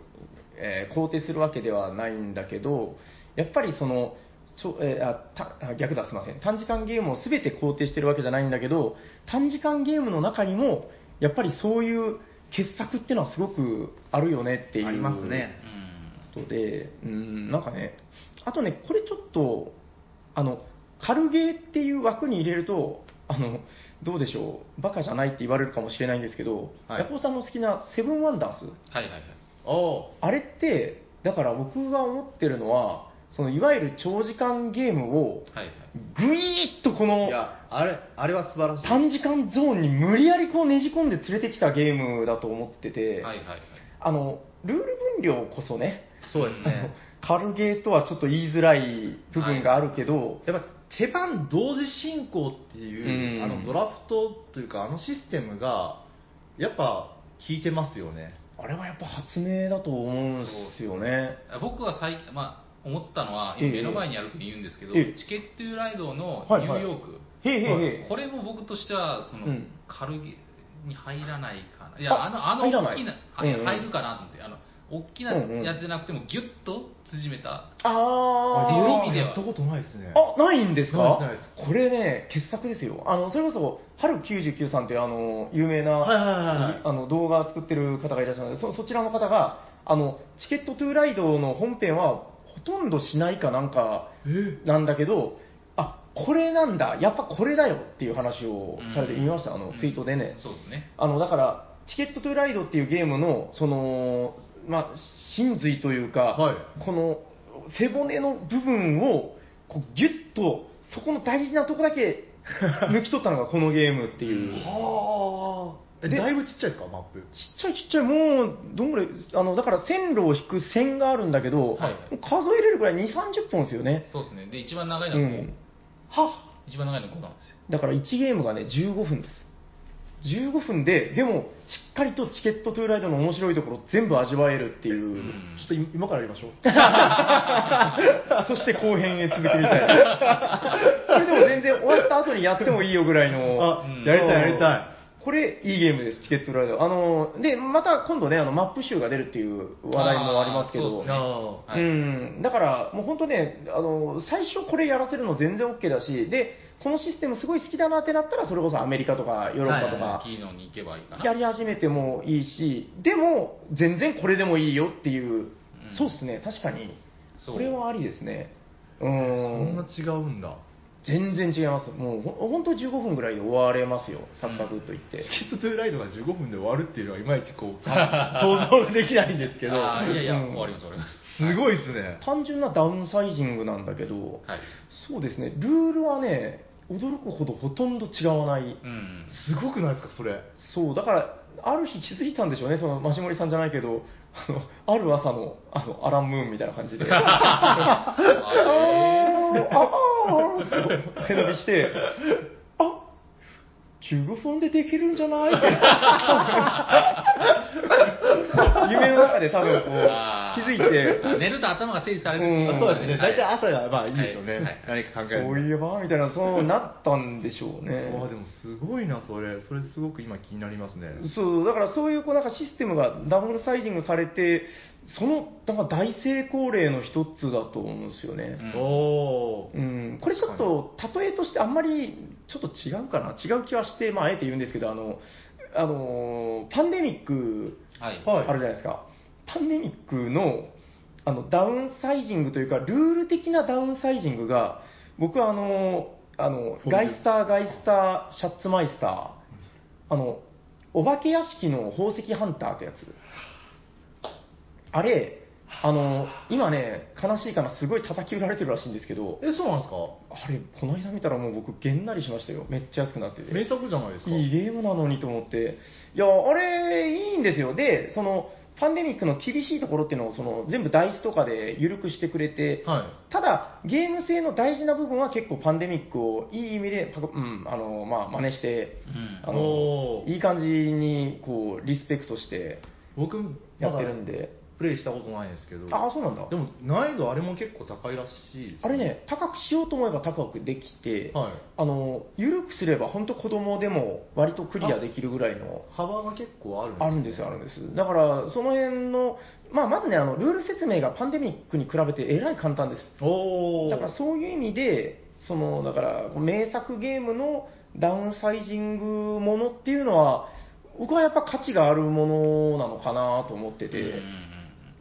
えー肯定するわけではないんだけど、やっぱりそのちょ、えーあたあ逆だすみません。短時間ゲームをすべて肯定してるわけじゃないんだけど、短時間ゲームの中にもやっぱりそういう傑作っていうのはすごくあるよねっていう。
ありますね
うん。
ことで、うん、なんかね、あとね、これちょっと、あの、軽ゲーっていう枠に入れると、あの、どうでしょう、バカじゃないって言われるかもしれないんですけど、
はい
ヤコウさんの好きなセブンワンダース、
はいはいはい。
おー
あれって、だから僕が思ってるのは、そのいわゆる長時間ゲームを、
はいはい。
ぐいーっとこの
いやあれあれは素晴らしい
短時間ゾーンに無理やりこうねじ込んで連れてきたゲームだと思ってて、
はいはいはい。
あの、ルール分量こそね、
そうですね
軽ゲーとはちょっと言いづらい部分があるけど、
やっぱ手番同時進行ってい
う
う、
ん
あのドラフトというかあのシステムがやっぱ効いてますよね
あれはやっぱ発明だと思うんですよね。
僕は最近、まあ、思ったのは、
ええ
目の前にあると言うんですけど、
ええ
チケットユーライドの
はい
ニュ
は
ー
い
ヨーク、
へいへいへい。
これも僕としては、その、
うん
軽げに入らないかな。い
あ
や、あの、あの
入らな
大
い
きな、あ
うんうん
入るかなと思って、あの、大きな
うんうん
やつじゃなくても、ギュッと縮めた。
あー
ヨーロッパでは
ことないですね
あ、ないんですか
ないですない
これね、傑作ですよ。あの、それこそ、春99さんっていうあの、有名な、
はいはいはいはい
あの、動画作ってる方がいらっしゃるので、そそちらの方が、あの、チケットトゥーライドの本編は、ほとんどしないかなんか、
え
なんだけど、あこれなんだ、やっぱこれだよっていう話をされて
うん
みました、あのツイートでね
う、んそうですね。
あのだから、チケット・トゥ・ライドっていうゲームの、その、まあ、真髄というか、
はい
この背骨の部分をこうギュッと、そこの大事なとこだけ抜き取ったのがこのゲームっていう。ちっ
はあえ
で
だいぶちっちゃいですかマップ
ちゃいちっちゃい、もう、どんぐらい、あの、だから線路を引く線があるんだけど、
はい
もう数えれるぐらい2、30本ですよね。
そうですね。で、一番長いうのはこう、
ん。は
一番長いのはこうなんですよ。
だから1ゲームがね、15分です。15分で、でも、しっかりとチケットトゥーライドの面白いところを全部味わえるっていう、
ん
ちょっと今今からやりましょう
そして後編へ続くみたいな。それでも全然終わった後にやってもいいよぐらいの。
う
あ
ん
やりたいやりたい
これ、いいゲームです、チケットトゥーライド。あの、で、また今度ね、あの、マップ集が出るっていう話題もあります
あ
け
ーそうっ
ど
すね。
あ
はい
うん、だから、もう本当ねあの、最初これやらせるの全然 OK だし、で、このシステムすごい好きだなってなったら、それこそアメリカとかヨーロッパと
はい
か
キーノに行けばいいかな。
やり始めてもいいし、でも、全然これでもいいよっていう、そうですね、確かに、
そう
これはありですね。う
ーそんなん違うんだ
全然違います。もうほ本当15分ぐらいで終われますよ。サクサクっといって。
スケートトゥーライドが15分で終わるっていうのはいまいちこう 想像ができないんですけど
あーいやいや、
うん
終わります、終わります。
すごいですね
単純なダウンサイジングなんだけど、
はい。
そうですね、ルールはね、驚くほどほとんど違わない。
うん。
すごくないですかそれ
そう、だから、ある日気づいたんでしょうね、その、マシモリさんじゃないけど、あの、ある朝の、あの、アランムーンみたいな感じで。あーあーあー背伸びして、あ15分でできるんじゃないって夢の中で多分こう
あ
気
ー
づいて、
寝ると頭が整理される。
うん
あそうですね
はい
大体朝がまあいいでしょう
は
ね
いはい
何か考える
そういえばみたいな、そうなったんでしょうね。
ああでもすごいなそれそれすごく今気になりますね
そうだからそういうこうなんかシステムがダブルサイジングされて、そのなんか大成功例の一つだと思うんですよね。
うん
おお
うん、これちょっと例えとしてあんまりちょっと違うかな違う気はして、まあ、あえて言うんですけどあの、あのーパンデミック
はい。
はい
あるじゃないですか、パンデミックのあのダウンサイジングというかルール的なダウンサイジングが僕はあのーあの
フォルム
ガイスターガイスターシャッツマイスターあのお化け屋敷の宝石ハンターってやつあれあの今ね悲しいかなすごい叩き売られてるらしいんですけど
えそうなんですか
あれ、この間見たらもう僕、げんなりしましたよ。めっちゃ安くなってて。
名作じゃないですか
いいゲームなのにと思って。いや、あれ、いいんですよ。で、その、パンデミックの厳しいところっていうのを、その、全部ダイスとかで緩くしてくれて、
は
ただ、ゲーム性の大事な部分は結構パンデミックをいい意味で、パクうん、あの、まあ、真似して、
うん
あ
お
の、
ー
いい感じに、こう、リスペクトして
い僕
や
ま
って
だ
るんで。
プレイしたことないんですけど
ああ、そうなんだ。
でも難易度あれも結構高いらしいです
あれね、高くしようと思えば高くできて、
はい
あの緩くすれば本当子供でも割とクリアできるぐらいの
幅が結構あるね
あるんですよあるんですだからその辺の、まあ、まずねあのルール説明がパンデミックに比べてえらい簡単です
おお
だからそういう意味でそのだから名作ゲームのダウンサイジングものっていうのは僕はやっぱ価値があるものなのかなと思ってて、
うん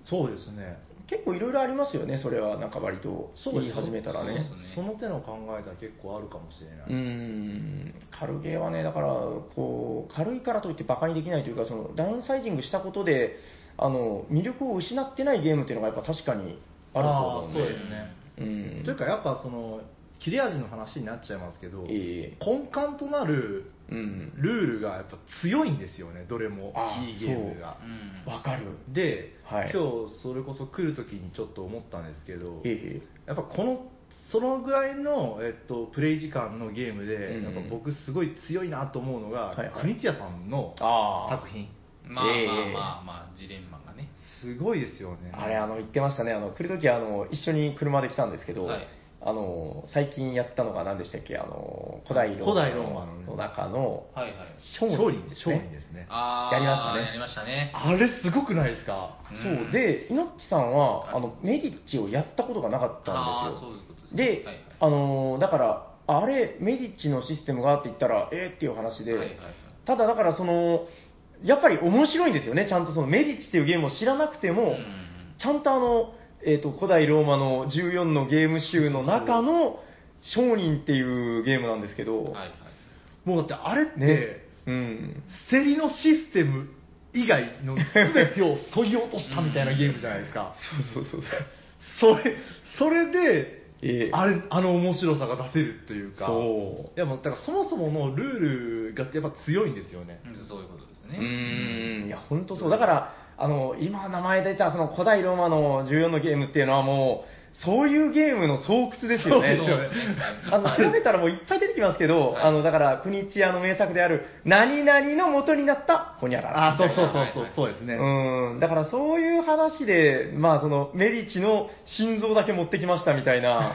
そうですね
結構いろいろありますよねそれはなんか割と言い始めたら
そう
ね
ですね
その手の考えたら結構あるかもしれない、
うーん軽ゲーはね、だからこう軽いからといってバカにできないというか、そのダウンサイジングしたことであの魅力を失ってないゲームっていうのがやっぱ確かにあると思うんで、
あーそうですね
うん
というかやっぱその切れ味の話になっちゃいますけど、
ええ
根幹となる
うん、
ルールがやっぱ強いんですよねどれも
あー
いいゲームが
うん
わかる、
で、
はい
今日それこそ来る時にちょっと思ったんですけど
ええ
やっぱこのそのぐらいの、えっと、プレイ時間のゲームで、
うんうん
やっぱ僕すごい強いなと思うのが、
はいはい
国津屋さんの
あー
作品
まあ
ええ
まあまあまあ、ジレンマがね。
すごいですよね
あれあの、言ってましたね、あの来るときあの一緒に車で来たんですけど、
はい
あの最近やったのが何でしたっけ、あの古代ロ
古代ロ
ー
ー
マ
マ
の
の
中の
はいはい。
勝利です
ね
ねですね
あー
やりましたね
やりましたね。
あれすごくないですか
うん
そうで、イノッチさんはあのメディッチをやったことがなかったんですよ。
あーそういうことですね。
で
はいはい、
あのーだから、あれ、メディッチのシステムがあって言ったら、えーっていう話で、
はいはいはい
ただだから、その、やっぱり面白いんですよね、ちゃんとそのメディッチっていうゲームを知らなくても、
うん
ちゃんとあの、えーと、古代ローマの14のゲーム集の中の商人っていうゲームなんですけど、
はいはい。
もうだってあれって、
ね、うん。
競りのシステム以外の全てを削ぎ落としたみたいなゲームじゃないですか
そうそうそうそう。
それそれで、
ええ
あれあの面白さが出せるというか
そう
いやもうだからそもそものルールがやっぱ強いんですよね、
うんそういうことです
う
ね。
ーん、いや、本当そう。だから、あの、今名前出た、その古代ローマの14のゲームっていうのはもう、そういうゲームの巣窟ですよね。
そうですよね
あの、調べたらもういっぱい出てきますけど、
はい
あの、だから、国津屋の名作である、何々の元になった、ほにゃらら。
あそうそうそうそう、
はい
そうですね、
うん、だからそういう話で、まあその、メディチの心臓だけ持ってきましたみた いな、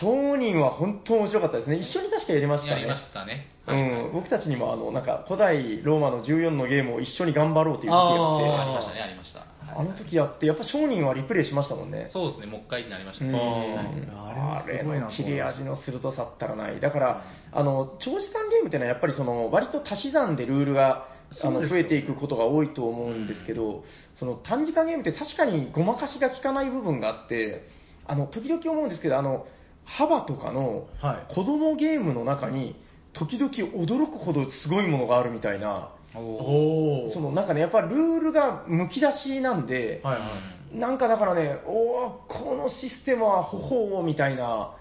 商人は本当面白かったですね。一緒に確かやりました
や
ね。
りましたね。
うん、僕たちにもあのなんか古代ローマの14のゲームを一緒に頑張ろうという時が
あ
あ
り
っ
ましたね、ありました。
て、あの時やって、やっぱ商人はリプレイしましたもんね。
そうですね、もう一回になりました
う
ね。
ん
あー
あ
あれ
れ
すごい
の
なと思いました
切れ味の鋭さったらない、だから、あの長時間ゲームっていうのは、やっぱりその割と足し算でルールがあ
そう
の
です
増
よ
えていくことが多いと思うんですけど、その短時間ゲームって確かにごまかしが効かない部分があって、あの時々思うんですけど、あの幅とかの
はい
子供ゲームの中に、時々驚くほどすごいものがあるみたいな、
おー
おお
そのなんかね、やっぱルールがむき出しなんで、
はいは
なんかだからね、おお、このシステムはほほーみたいな、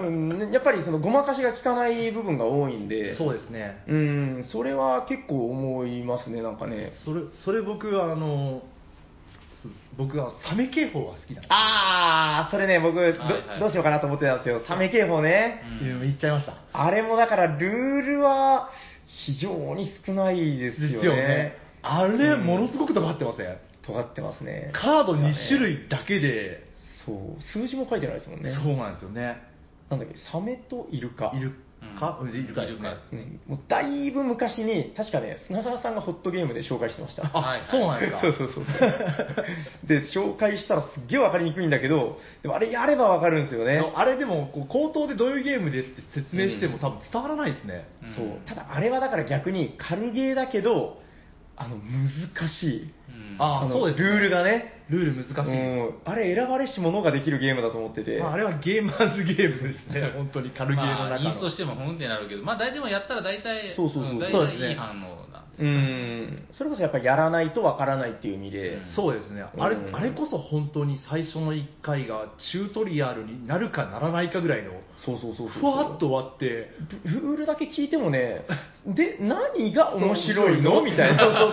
うん、やっぱりそのごまかしが効かない部分が多いん
い、
で、
そうですね
うん、それは結構思いますね、なんかね。
それそれ僕はあのそ僕はサメ警報が好きなんです
あー、それね、僕、ど
はいはい
どうしようかなと思ってたんですよ、サメ警報ね、
いや言っちゃいました
あれもだから、ルールは非常に少ないですよね。
あれものすごく尖ってません、
尖ってますね。
カード2種類だけで、
そう、数字も書いてないですもんね。
そうなんですよね
なんだっけ、サメとイルカ。
いるか、
うん
いるかですね
いるかです
ね、もうだいぶ昔に、確かね、砂沢さんがホットゲームで紹介してました。
あ、
はいはい
そうなんですか
そうそうそうそう。で、紹介したらすっげえわかりにくいんだけど、でもあれやればわかるんですよね
そう。あれでもこう口頭でどういうゲームですって説明しても
うん
多分伝わらないですね、
うん
そう。ただあれはだから逆に軽ゲーだけど、あの、難しい。
うん
あ
の
そうですね
ルールがね。
ルール難しいです、
うんあれ選ばれし者ができるゲームだと思ってて。
まあ、あれはゲーマーズゲームですね本当に軽ゲーの
ま
中
あ、
の、
インストしてもふんってなるけど、まあ、大体もやったら大体、
そうそうそうん
大
そう
で
体
すね
いい反応なんです
う
よ。
ん。それこそやっぱやらないとわからないっていう意味で。
うん
そうですね、あれ
うん
あれこそ本当に最初の1回がチュートリアルになるかならないかぐらいの、
そうそうそうそう。
ふわっと終わって、
ルルールだけ聞いても ね、で、何が面白いのみたい
そう
な。
そう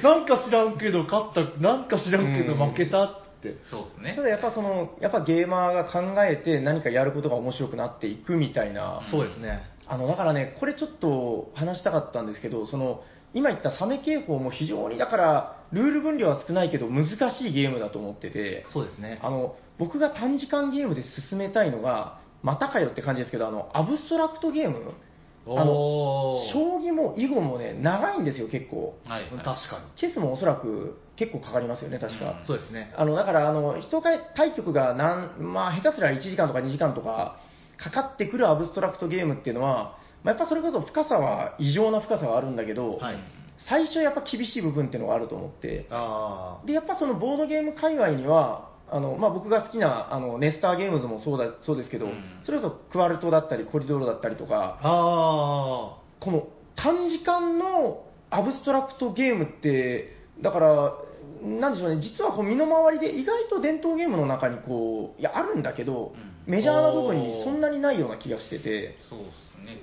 そうなんか知らんけど、勝った、なんか知らんけど、
うん
負けたって、
そうですね
た。だやっぱその、やっぱゲーマーが考えて何かやることが面白くなっていくみたいな。
そうですね、
あの、だからね、これちょっと話したかったんですけど、その、今言ったサメ警報も非常にだから、ルール分量は少ないけど難しいゲームだと思ってて、
そうですね、
あの、僕が短時間ゲームで進めたいのが、またかよって感じですけど、あの、アブストラクトゲームあの、
おー
将棋も囲碁もね、長いんですよ、結構。
はい、は
確
い。
か
チェスもおそらく結構かかりますよね、確か。
うん
に、そうですね、
あのだからあの、一回対局がなん、まあ、下手すりゃ1時間とか2時間とかかかってくるアブストラクトゲームっていうのは、まあ、やっぱそれこそ深さは、異常な深さがあるんだけど、
はい、
最初やっぱ厳しい部分っていうのがあると思って、
あ
でやっぱそのボードゲーム界隈には、あのまあ、僕が好きなあのネスターゲームズもそうだそうですけど、
うん
それこそクワルトだったり、コリドーロだったりと
あ、
か、
あ
この短時間のアブストラクトゲームって、だから、なんでしょうね、実はこう身の回りで意外と伝統ゲームの中にこう、いや、あるんだけど、
うん
メジャーな部分にそんなにないような気がしてて、
そうで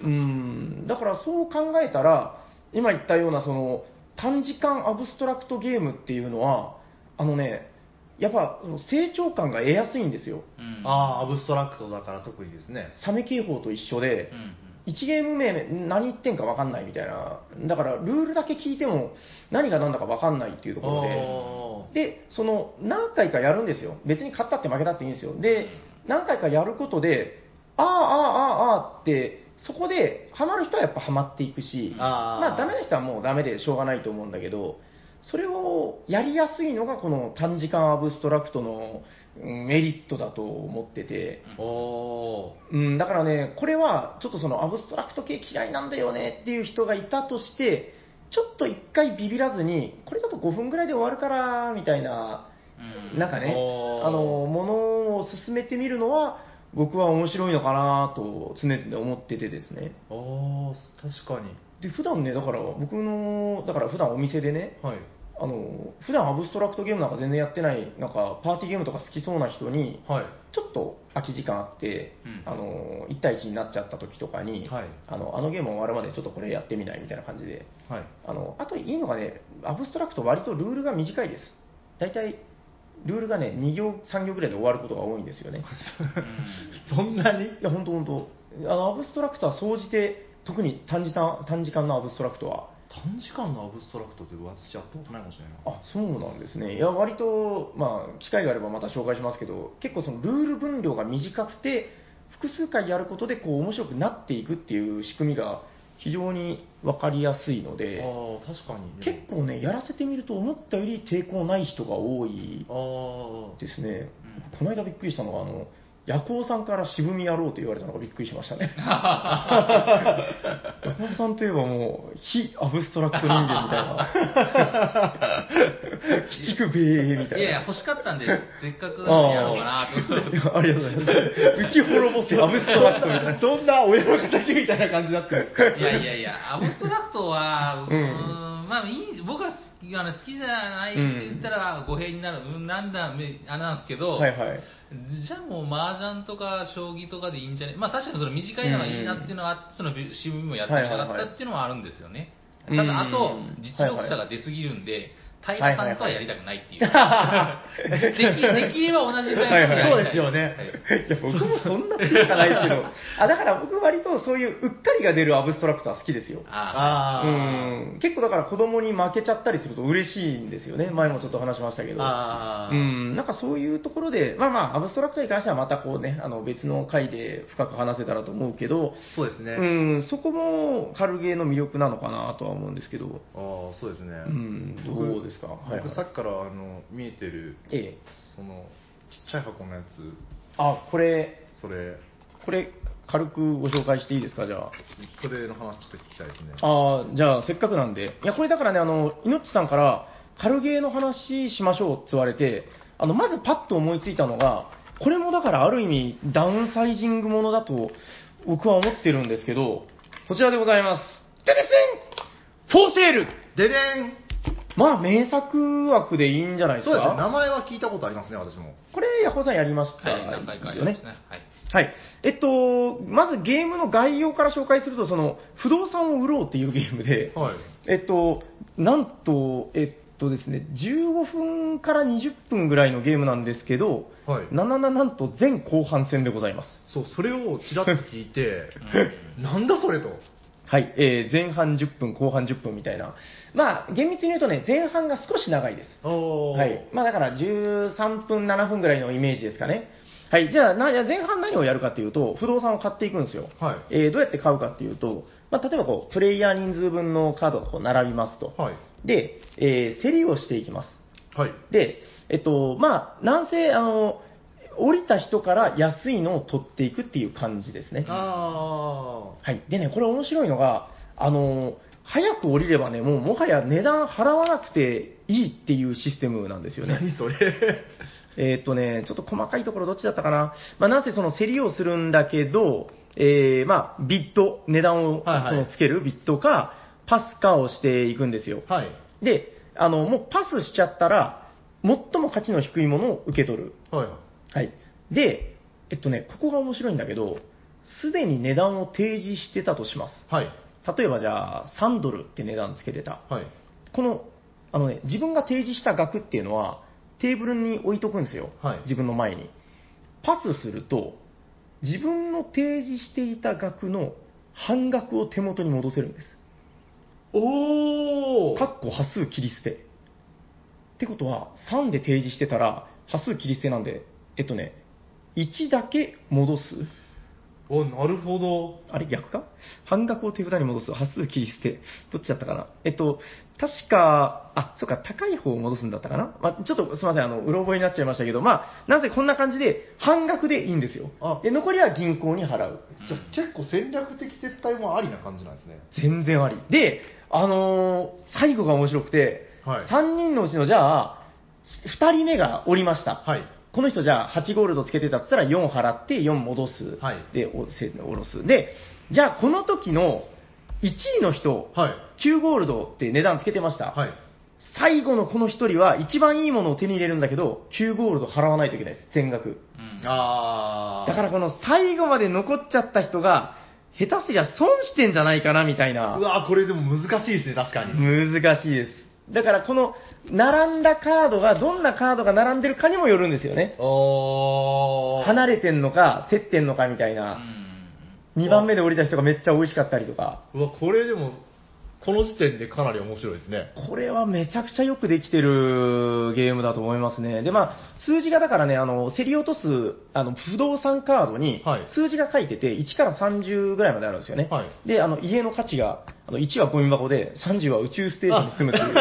す
う
ね。
ん、だからそう考えたら、今言ったようなその短時間アブストラクトゲームっていうのは、あのね、やっぱその成長感が得やすいんですよ。
うん
ああー、アブストラクトだから特にですね、
サメ警報と一緒で、
うんうん
1ゲーム目、何言ってんか分かんないみたいな、だからルールだけ聞いても、何が何だか分かんないっていうところ
あ
で、でその何回かやるんですよ、別に勝ったって負けたっていいんですよ、で、何回かやることで、ああ、ああ、ああって、そこでハマる人はやっぱハマっていくし
う、ん
あー
まあ、ダメな人はもうダメでしょうがないと思うんだけど、それをやりやすいのが、この短時間アブストラクトのうんメリットだと思ってて。
うん
おー
うん、だからね、これはちょっとそのアブストラクト系嫌いなんだよねっていう人がいたとして、ちょっと一回ビビらずに、これだと5分ぐらいで終わるからみたいな、
うん
なんかね、
おー
あのものを進めてみるのは、僕は面白いのかなと常々思っててですね。
あー確かに、
で、普段ね、だから僕の、だから普段お店でね、
はい、
あの普段アブストラクトゲームなんか全然やってない、なんかパーティーゲームとか好きそうな人に、
はい、
ちょっと空き時間あって、
うん
あの1対1になっちゃった時とかに、
はい
あのあのゲーム終わるまでちょっとこれやってみないみたいな感じで、
はい、
あのあといいのがね、アブストラクト、割とルールが短いです、大体ルールがね、2行、3行ぐらいで終わることが多いんですよね。
うん
そんなに
いや、本当、本当、あのアブストラクトは総じて、特に短時間短時間のアブストラクトは、
短時間のアブストラクトって私やったことないかもしれないな
あそうなんですね、いや割と、まあ、機会があればまた紹介しますけど、結構そのルール分量が短くて、複数回やることでこう面白くなっていくっていう仕組みが非常に分かりやすいので、
ああ確かに
結構ね、やらせてみると思ったより抵抗ない人が多い
構
ですね
う、
この間びっくりしたのが、あの夜行さんから渋みやろうと言われたのがびっくりしました ね。夜行さんといえばもう、非アブストラクト人間みたいな。鬼畜米英 みた
いやい
い
や、
な。
欲しかったんで、せっかくなんでやろうかなと思って。
いやありがとうございます。うち滅ぼせアブストラクトみたいな。
そんな親の敵みたいな感じだったんですか
いやいやいや、アブストラクトは、うー
うん
ん、まあいい、僕は好きあの好きじゃないって言ったら語弊になる、うん、なんだ、めあれなんですけど、
はいはい。
じゃあもう麻雀とか将棋とかでいいんじゃねまあ確かにその短いのがいいなっていうのは、その渋みもやってみたかったっていうのもあるんですよね。
はいはいは
ただ、
い
あと
うん、
実力者が出すぎるんで、平さんとはやりたくないっていう。 できできれば同じぐらいのやりたい
そうですよね
いや、僕もそんな強くはないですけど。あ、だから僕割とそういううっかりが出るアブストラクトは好きですよ。
あ
あ
う
ー
ん結構だから子供に負けちゃったりすると嬉しいんですよね。前もちょっと話しましたけど。
あー
うん、なんかそういうところで、まあまあ、アブストラクトに関してはまたこうね、あの別の回で深く話せたらと思うけど、
そうですね、
うん、そこも軽ゲーの魅力なのかなとは思うんですけど、
ああそうですね、
うん、
僕
どうですか、はいはい
僕さっきからあの見えてる
ええ、
そのちっちゃい箱のやつ
あ、これ、
それ
これ、軽くご紹介していいですか、じゃあ。
それの話ちょっと聞きたいですね
ああ、じゃあ、せっかくなんで。いや、これだからね、あの、いのっちさんから、軽ゲーの話しましょうって言われて、あの、まずパッと思いついたのが、これもだからある意味、ダウンサイジングものだと、僕は思ってるんですけど、こちらでございます。ででせんフォーセール
でで
まあ、名作枠でいいんじゃない
ん
です
そうですね名
か。
前は聞いたことありますね私も
これ、ヤホーさんやりまし
ー
た
はい、
よ
何回かありますね。はい。
はい。えっと、まずゲームの概要から紹介すると、その、不動産を売ろうっていうゲームで、
はい
えっと、なんと、えっとですね、15分から20分ぐらいのゲームなんですけど、
はい
77なんと全後半戦でございます。
そうそれをちらっと聞いて
うん
なんだそれと
はい、えー前半10分、後半10分みたいな。まあ、厳密に言うとね、前半が少し長いです。
おー
はい。まあだから13分、7分ぐらいのイメージですかね。はい。じゃあ、なじゃあ前半何をやるかというと、不動産を買っていくんですよ。
はい
えーどうやって買うかっていうと、まあ例えばこう、プレイヤー人数分のカードがこう並びますと。
はい
で、えー競りをしていきます。
はい
で、えっと、まあ、なんせ、あの、降りた人から安いのを取っていくっていう感じですね。
あ
はい。でね、これ面白いのが、あの、早く降りればね、もうもはや値段払わなくていいっていうシステムなんですよ
あ
ね。
何それ
えーっとね、ちょっと細かいところどっちだったかな。まあ、なんせその競りをするんだけど、えー、まあ、ビット、値段をそ
はいはい
のつけるビットか、パスかをしていくんですよ。
はい
で、あの、もうパスしちゃったら、最も価値の低いものを受け取る。
はい
はい。で、えっとね、ここが面白いんだけど、すでに値段を提示してたとします。
はい
例えばじゃあ、3ドルって値段つけてた。
はい
この、あのね、自分が提示した額っていうのは、テーブルに置いとくんですよ。
はい
自分の前に。パスすると、自分の提示していた額の半額を手元に戻せるんです。
おお
かっこ端数切り捨て。ってことは、3で提示してたら、端数切り捨てなんで、えっとね、1だけ戻す。
おなるほど
あれ、逆か半額を手札に戻す。端数切り捨て。どっちだったかなえっと、確か、あ、そうか、高い方を戻すんだったかな、まあ、ちょっとすいません、あの、うろ覚えになっちゃいましたけど、まあ、なぜこんな感じで、半額でいいんですよ
あ。
で、残りは銀行に払う。
じゃあ結構戦略的撤退もありな感じなんですね
全然あり。で、あのー最後が面白くて、
はい
3人のうちの、じゃあ、2人目がおりました。
はい
この人じゃあ8ゴールドつけてたっつったら4払って4戻す。
はい
で、おせ下ろす。で、じゃあこの時の1位の人、
はい
9ゴールドって値段つけてました。
はい
最後のこの1人は一番いいものを手に入れるんだけど、9ゴールド払わないといけないです。全額。
うん
ああ
だからこの最後まで残っちゃった人が、下手すりゃ損してんじゃないかなみたいな。
うわーこれでも難しいですね確かに
難しいです。だからこの並んだカードが、どんなカードが並んでるかにもよるんですよね。
お
離れてんのか、競ってんのかみたいな。2番目で降りた人がめっちゃ美味しかったりとか、
うわこれでもこの時点でかなり面白いですね
これはめちゃくちゃよくできてるゲームだと思いますね。で、まあ、数字がだからね、あの、競り落とす、あの、不動産カードに
はい、
数字が書いてて、1から30ぐらいまであるんですよね。
は
で、あの、家の価値が、あの1はゴミ箱で、30は宇宙ステージに住むという、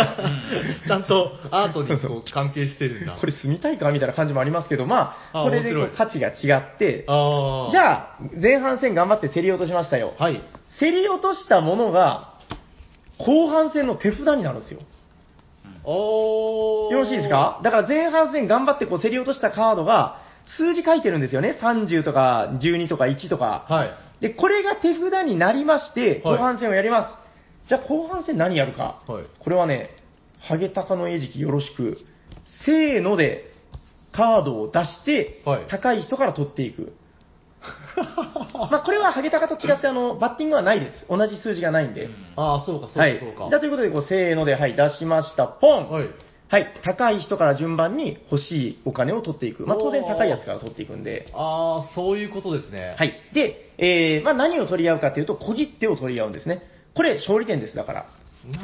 ちゃんとアートにこう関係してるんだ。
これ住みたいかみたいな感じもありますけど、まあ、
あ
これでこ
面
う
白
価値が違って、
ああ。
じゃあ、前半戦頑張って競り落としましたよ。
はい。
競り落としたものが、後半戦の手札になるんですよ。
おー。
よろしいですかだから前半戦頑張ってこう競り落としたカードが、数字書いてるんですよね。30とか12とか1とか。
はい。
で、これが手札になりまして、
は
後
い
半戦をやります。じゃあ後半戦何やるか。
はい
これはね、ハゲタカの餌食よろしく、せーのでカードを出して、
はい
高い人から取っていく。 まあこれはハゲタカと違ってあのバッティングはないです。同じ数字がないんで。
うん
ああ、そうか、そうか、
はい。
そうか。
じゃあということでこう、せーので、はい、出しました。ポン、
はい。
はい、高い人から順番に欲しいお金を取っていく。まあ、
おー
当然高いやつから取っていくんで。
ああ、そういうことですね。。
はいい。で、えーまあ、何を取り合うかというと、小切手を取り合うんですね。これ、勝利点です、だから。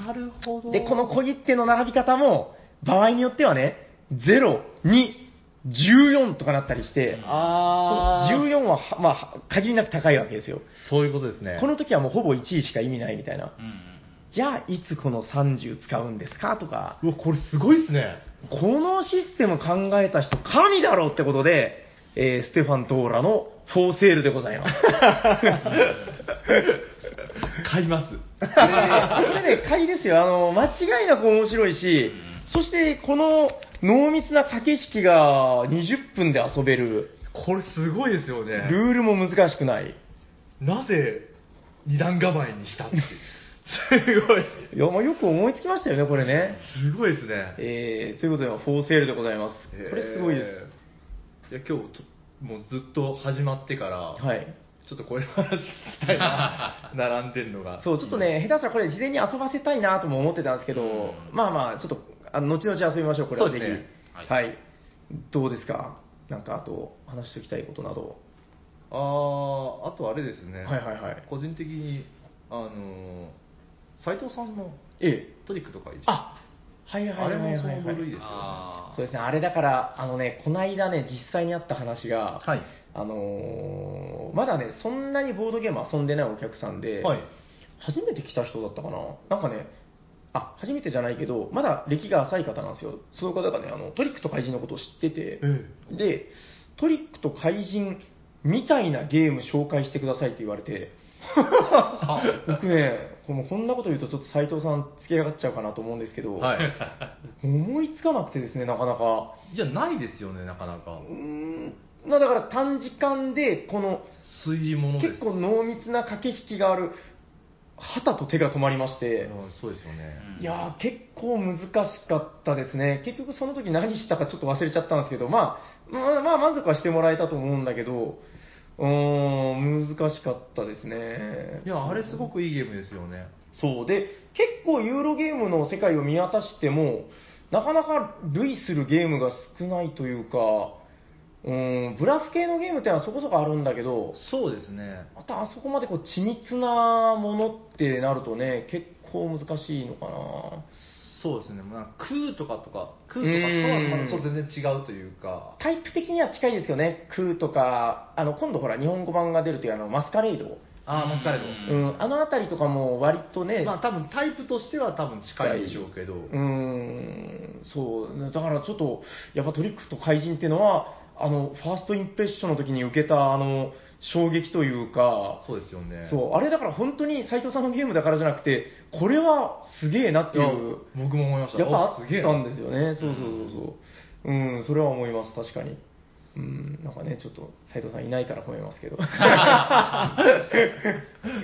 なるほど。
で、この小切手の並び方も、場合によってはね、0、2、14とかなったりして、
ああ、
14はは、まあ、限りなく高いわけですよ。
そういうことですね。
この時はもうほぼ1位しか意味ないみたいな。
うん
じゃあ、いつこの30使うんですかとか、
うわ、これすごいですね。
このシステム考えた人、神だろうってことで、えーステファン・トーラのフォーセールでござい ます。
買います。
これね、これね買いですよ。あの、間違いなく面白いし、そして、この濃密な駆け引きが20分で遊べる、
これすごいですよね。
ルールも難しくない。
なぜ二段構えにしたっていう。すごい。
いや、まあ、よく思いつきましたよね、これね。
すごいですね。
えー、ということで、フォーセールでございます。これすごいです。
えー。いや、今日ちょ、もうずっと始まってから、
はい。
ちょっとこういう話聞きたい な、並んでるのが。
そう、ちょっとね、下手したらこれ事前に遊ばせたいなとも思ってたんですけど、
うん
まあまあ、ちょっと、あの、後々遊びましょう、これは
そ
ぜ
う
ひ。
ですね
は
はい。どうですかなんか、あと、話しておきたいことなど。
ああ、あとあれですね、
はいはいはい
個人的に、あのー、斉藤さんの
ええ。
トリックとか一緒
あはいはい
あ
はい
れ
は
も
い
そ
はい、
の部類ですよね。
あー
そうですね、あれだから、あのね、こないだね、実際にあった話が、
はい。
あのーまだね、そんなにボードゲーム遊んでないお客さんで、
はい
初めて来た人だったかな、なんかね、あ初めてじゃないけど、まだ歴が浅い方なんですよ、その方がね、あのトリックと怪人のことを知ってて、
え
で、トリックと怪人みたいなゲーム紹介してくださいって言われて、僕ね、このこんなこと言うと、ちょっと斉藤さん、つけ上がっちゃうかなと思うんですけど、
はい。
思いつかなくてですね、なかなか。
じゃないですよね、なかなか。
うーんまあだから短時間で、この
推理物で
結
す。
構濃密な駆け引きがある旗と手が止まりまし
あ
て、
ーそうですよね。
うん
いやー、結構難しかったですね、結局その時何したかちょっと忘れちゃったんですけど、まあ、まあ、まあ満足はしてもらえたと思うんだけど、うーん、難しかったですね。
いや、あれすごくいいゲームですよね。
そうで、結構ユーロゲームの世界を見渡しても、なかなか類するゲームが少ないというか、うーん、ブラフ系のゲームってのはそこそこあるんだけど、
そうですね。
またあそこまでこう緻密なものってなるとね、結構難しいのかな。
そうですね。まあ、空とかとか、空とかとはまたちょっと全然違うというか。
タイプ的には近いですよね、空とか、あの今度ほら、日本語版が出るというあのマスカレード、
ああ、マスカレード。
うん
うん、あのあたりとかも割とね、
まあ多分タイプとしては多分近いでしょうけど、
うーん、そう、だからちょっと、やっぱトリックと怪人っていうのは、あの、ファーストインプレッションの時に受けた、あの、衝撃というか、
そうですよね。
そう、あれだから本当に斎藤さんのゲームだからじゃなくて、これはすげえなってい
や
う、
僕も思いました。
やっぱあ
お
っ
すげえ
た
なん
ですよね。そうそうそうそう。うん、それは思います、確かに。うん、なんかね、ちょっと斎藤さんいないから褒めます けど。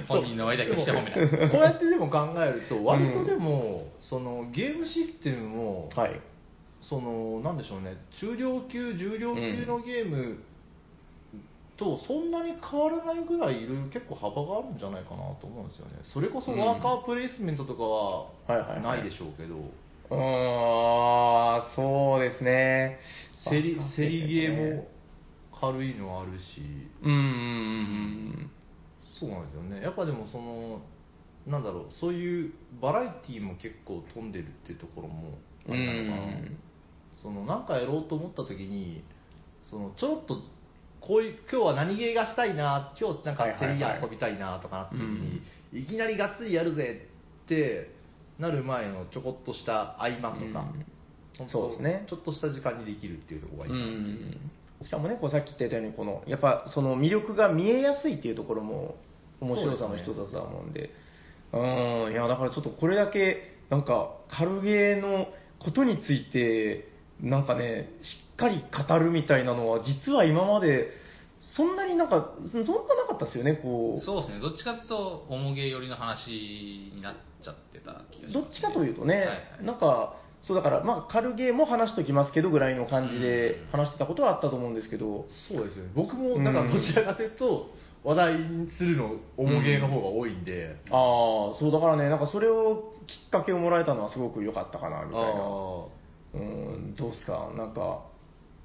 本人の割だけして褒めない。
でもこうやってでも考えると、割とでも、そのゲームシステムも、
はい。
そのなんでしょうね、中量級、重量級のゲームとそんなに変わらないぐらい、いろいろ結構幅があるんじゃないかなと思うんですよね。それこそワーカープレイスメントとか
うんはいはい
は
はい
ないでしょうけど、
あー、そうですね。
競り競りゲー
も
も軽いのあるし。
うんうんうん
そうなんですよねやっぱでもそのなんだろうそういうバラエティも結構飛んでるっていうところもあ
うんう
れなのかな、
ん
そのなんかやろうと思った時にそのちょろっとこういう今日は何ゲーがしたいな今日なんか
はいはい
セ
はい
リア遊びたいなとかなった時に、
うん
いきなりがっつりやるぜってなる前のちょこっとした合間とか、
うん
本当
そうですね
ちょっとした時間にできるっていうところがいいかなっていう
しかもね、こうさっき言ったように、このやっぱその魅力が見えやすいっていうところも面白さの一つだと思うんで、うーん、いや、だからちょっとこれだけ、なんか、軽ゲーのことについて、なんかね、しっかり語るみたいなのは、実は今まで、そんなになんか、そんななかったですよね、こう。
そうですね、どっちかというと、重げ寄りの話になっちゃってた気がします、
どっちかというとね、
はいはい
なんか、そうだから、まあ、軽ゲーも話しておきますけどぐらいの感じで
うん
話してたことはあったと思うんですけど、
そうですよね僕もなんかどちらかというと話題にするの重げの方が多いんで、
ああ、そうだからね、なんかそれをきっかけをもらえたのはすごく良かったかな、みたいな。
あ
うん、どうっすか、なんか、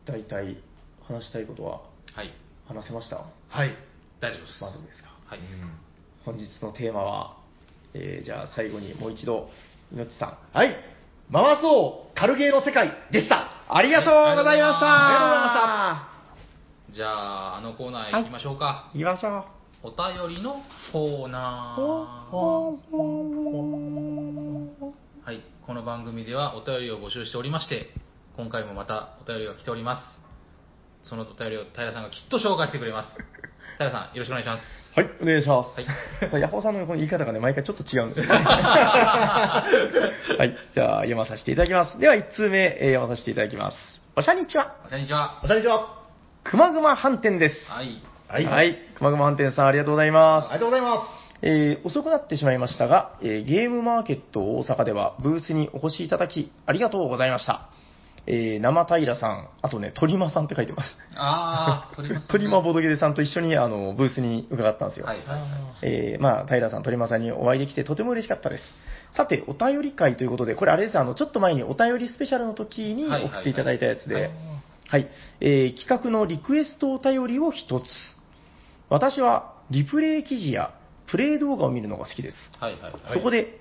大体話したいことは
はい、
話せました。
あはい、
大丈夫です。
満足ですか。
はい、
本日のテーマは、えーじゃあ最後にもう一度、いのちさん。
はい回そう軽ゲーの世界でした
ありがとうございました、
はい
あ
じゃあ、あのコーナー行きましょうか。
りがとうございました。行きましょう。
お便りのコーナー。はい、この番組ではお便りを募集しておりまして、今回もまたお便りが来ております。そのお便りを平さんがきっと紹介してくれます。平さん、よろしくお願いします。
はい、お願いします。
は
ヤホーさんのこの言い方がね、毎回ちょっと違うんですよね。はい、じゃあ読まさせていただきます。では1通目、えー読まさせていただきます。おしゃにちは、
こんにちは。
おしゃれでは
くまぐま飯店です。
はい。
はい
くまぐま飯店さんありがとうござい
あ
ます
りが。とうございま
えー遅くなってしまいましたが、えーゲームマーケット大阪ではブースにお越しいただき、ありがとうございました。えー生平さん、あとね、鳥間さんって書いてます。
あー、鳥間さん。
鳥間ボドゲデさんと一緒にあのブースに伺ったんですよ。
はいはい
す
はい。
えーまあ、平さん、鳥間さんにお会いできてとても嬉しかったです。さて、お便り会ということで、これあれです、あの、ちょっと前にお便りスペシャルの時に
はいはいはい
送っていただいたやつ
は
で
い、
はい、えー企画のリクエストお便りを一つ。私は、リプレイ記事やプレイ動画を見るのが好きです。
はいはいはい。
そこで、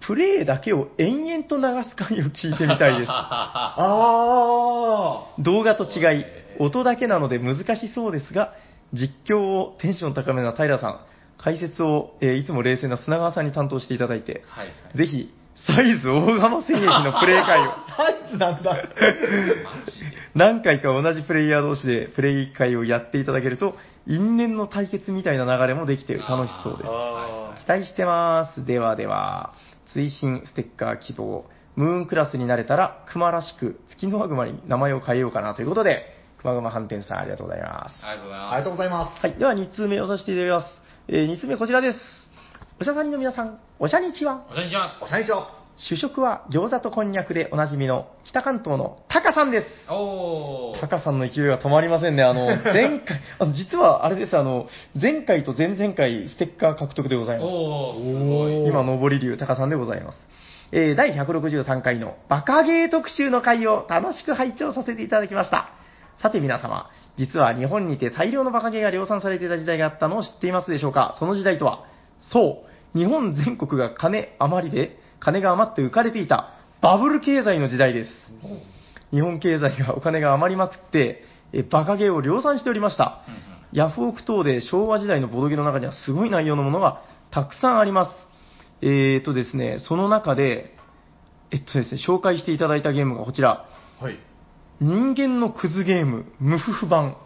プレイだけを延々と流す回を聞いてみたい です。
あ
ああ
動画と違い
え、ー
音だけなので難しそうですが、実況をテンション高めな平さん、解説を、えーいつも冷静な砂川さんに担当していただいて、
はいはい。
ぜひ、サイズ大釜戦役のプレイ会を、
サイズなんだ
マジで。
何回か同じプレイヤー同士でプレイ会をやっていただけると、因縁の対決みたいな流れもできて楽しそうです。
あ
期待してます。ではでは、追伸ステッカー希望、ムーンクラスになれたら、熊らしく、月のワグマに名前を変えようかなということで、熊熊飯店さんありがとうございます。
ーありがとうござい
あり
ま
が
す。
は
とうございます
い、では2通目をさせていただきます。え2通目こちらです。おしゃさんの皆さん、おしゃにちは。
こんにちは。
おしゃれちは
主食は餃子とこんにゃくでおなじみの北関東のタカさんです。
おー。
タカさんの勢いが止まりませんね。あの、前回、あの実はあれです、あの、前回と前々回ステッカー獲得で ございます。
おー、すごい。
今、上り竜高さんでございます。えー第163回のバカゲー特集の回を楽しく拝聴させていただきました。さて皆様、実は日本にて大量のバカゲーが量産されていた時代があったのを知っていますでしょうかその時代とは、そう、日本全国が金余りで、金が余って浮かれていたバブル経済の時代です。日本経済がお金が余りまくって、えバカゲーを量産しておりました。
うんうん
ヤフオク等で昭和時代のボドゲの中にはすごい内容のものがたくさんあります。えーとですね、その中で、えっとですね、紹介していただいたゲームがこちら、
はい
人間のクズゲーム、無夫婦版。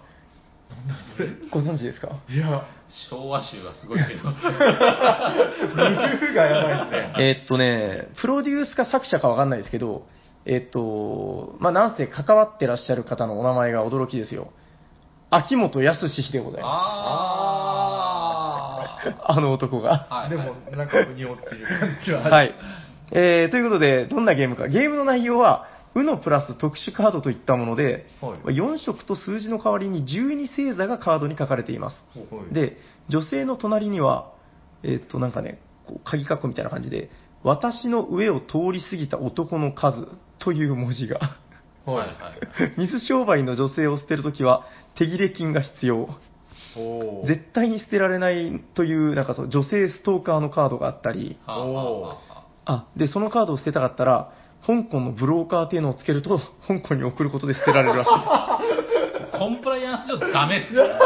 ご存知ですか
いや
昭和集がすごいけ ど。
ルーがやばいですね
えっとね、プロデュースか作者かわかんないですけど、えっと、まあ、なんせ関わってらっしゃる方のお名前が驚きですよ。秋元康でございま
あ
す。 あの男が。
ー。はい。
でも、なんか、腑に落ちる感じはある。
はい。えーということで、どんなゲームか。ゲームの内容は、UNO プラス特殊カードといったもので、
はい
4色と数字の代わりに12星座がカードに書かれています。
はい、
で、女性の隣には、えーっと、なんかね、こう鍵括弧みたいな感じで、私の上を通り過ぎた男の数という文字が。
は
はいい。
はい。
水商売の女性を捨てるときは、手切れ金が必要。
おー
絶対に捨てられないという、なんかそう、女性ストーカーのカードがあったり、
はあはあはあはあ
あ、で、そのカードを捨てたかったら、香港のブローカーっていうのをつけると、香港に送ることで捨てられるらしい。
コンプライアンス上ダメです。で出ない。令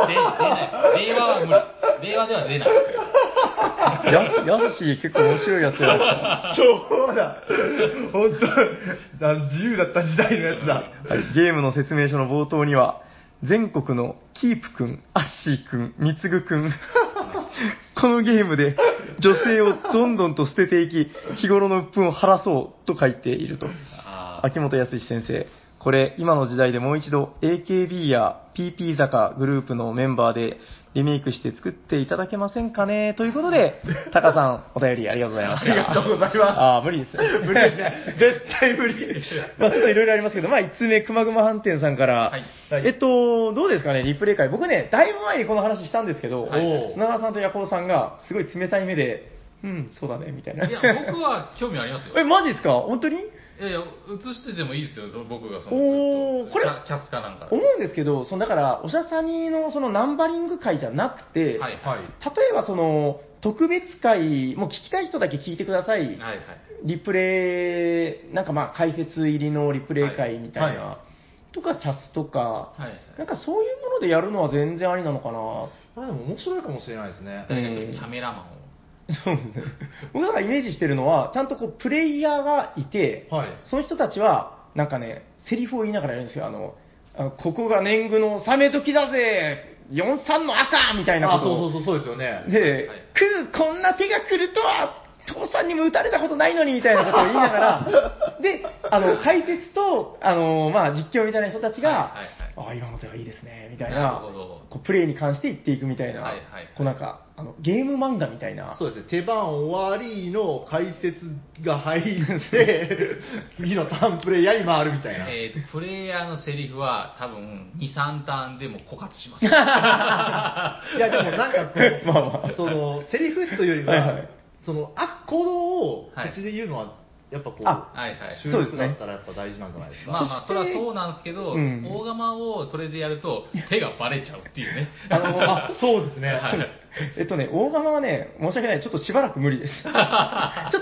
和は無理。令和では出ないですよ。
や、やすし、結構面白いやつだ。
そうだ。本当あの自由だった時代のやつだ。
はい、ゲームの説明書の冒頭には、全国のキープくん、アッシーくん、みつぐく ん、このゲームで女性をどんどんと捨てていき、日頃の鬱憤を晴らそうと書いていると。
あ
秋元康先生、これ今の時代でもう一度 AKB や PP 坂グループのメンバーでリメイクして作っていただけませんかねということで、タカさんお便りありがとうございまし
ありがと
た。
うございま
ああ、無理ですね。
す。無理ですね。絶対無理。
まあちょっといろいろありますけど、まあ1つ目、くまぐま飯店さんから、
はい
はい
えっと、どうですかね、リプレイ会。僕ね、だいぶ前にこの話したんですけど、
はい
おう
砂川さんとヤコウさんが、すごい冷たい目で、うん、そうだね、みたいな。。
ーいや、僕は興味ありますよ
え、マジですか本当に
いやいや、映しててもいいですよ、その僕がその
お
ず
ー
っと
これ
キャキャスかなんかで。
思うんですけど、そのだから、おしゃさにのそのナンバリング会じゃなくて、
はいはい。はい
例えばその、特別会、もう聞きたい人だけ聞いてくださ
は
い。
い。
リプレイ、なんかまあ解説入りのリプレイ会みたいな、
はいは
とかキャスとか、
はい。
なんかそういうものでやるのは全然ありなのかな。
まあでも面白いかもしれないですね。
うん
誰かとキャメラマンを。
そうですね。 僕なんかイメージしてるのは、ちゃんとこうプレイヤーがいて、
はい。
その人たちは、なんかね、セリフを言いながらやるんですよ。あの、あのここが年貢の納め時だぜ !43 の赤みたいな
あ、
ことを。
そうそうそう、そうですよね。
で、
はい
くこんな手が来るとは、父さんにも打たれたことないのにみたいなことを言いながら、 で、あの、解説と、あの、まあ、実況みたいな人たちが、
はいはい
ああ、今の手はいいですね、みたいな、
なるほど
こうプレイに関して言っていくみたいな、
はいはい
こうなんか、あの、ゲーム漫画みたいな、
そうですね、手番終わりの解説が入って、次のターンプレイヤーに回るみたいな。
えーと、プレイヤーのセリフは多分2、3ターンでも枯渇します。
いや、でもなんかその、
まあまあ
その、セリフというよりは、
はいはい
その、あ、行動を
はい
口で言うのは、やっぱこう、
あ
はいはい。
収
そうです
録
ね
だったらやっぱ大事なんじゃないですか。
まあまあ、
そして
それはそうなんですけど、
うん
大釜をそれでやると手がバレちゃうっていうね。
あ の、
あそうですね。
はいはい
えっとね、大釜はね、申し訳ない、ちょっとしばらく無理で す。ちょっ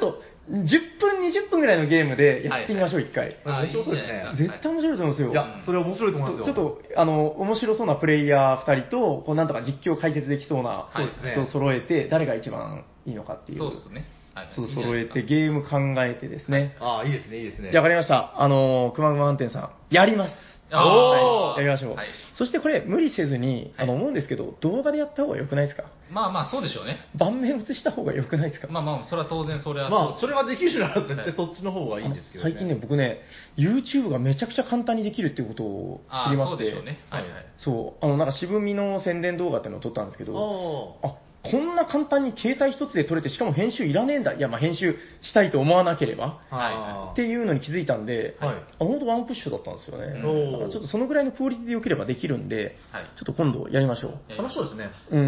と、10分、20分ぐらいのゲームでやってみましょう、一回。
あ
面白そうですね
いいんじゃない
絶対面白いと思うんですよ。
いや、それは面白いと思いますよ。
ちょっと、あの、面白そうなプレイヤー2人と、こう、なんとか実況解説できそうな
はい
そうですね
人を揃えて、誰が一番いいのかっていう。
そうですね。はい
ちょっと揃えて、
いいんじ
ゲーム考えてですね。
ああ、いいですね、いいですね。
じゃあ、わかりました。あの、くまぐま飯店さん、やります。
ゃないですか
お
あー
やりましょう
はい。
そしてこれ、無理せずに、あ
は
の、
い
思うんですけど、動画でやった方が良くないですか
まあまあ、そうでしょうね。
盤面映した方が良くないですか
まあまあ、それは当然それは
まあ、
そ
そうれができるなら絶対そっちの方がいいんですけど、ね。
最近ね、僕ね、YouTube がめちゃくちゃ簡単にできるっていうことを知り
ああ、
ま
そ
し
うで
て
しょう、ね。はいはい。
そう、あの、なんか渋みの宣伝動画っていうのを撮ったんですけど、
あ
あこんな簡単に携帯一つで撮れて、しかも編集いらねえんだ、いや、まあ、編集したいと思わなければ
あ、
はい
ああ
っていうのに気づいたんで、
はい
あ本当、ワンプッシュだったんですよね、
おー
だからちょっとそのぐらいのクオリティでよければできるんで、
はい
ちょっと今度やりましょう。
えー
楽しそうですね。
うん
う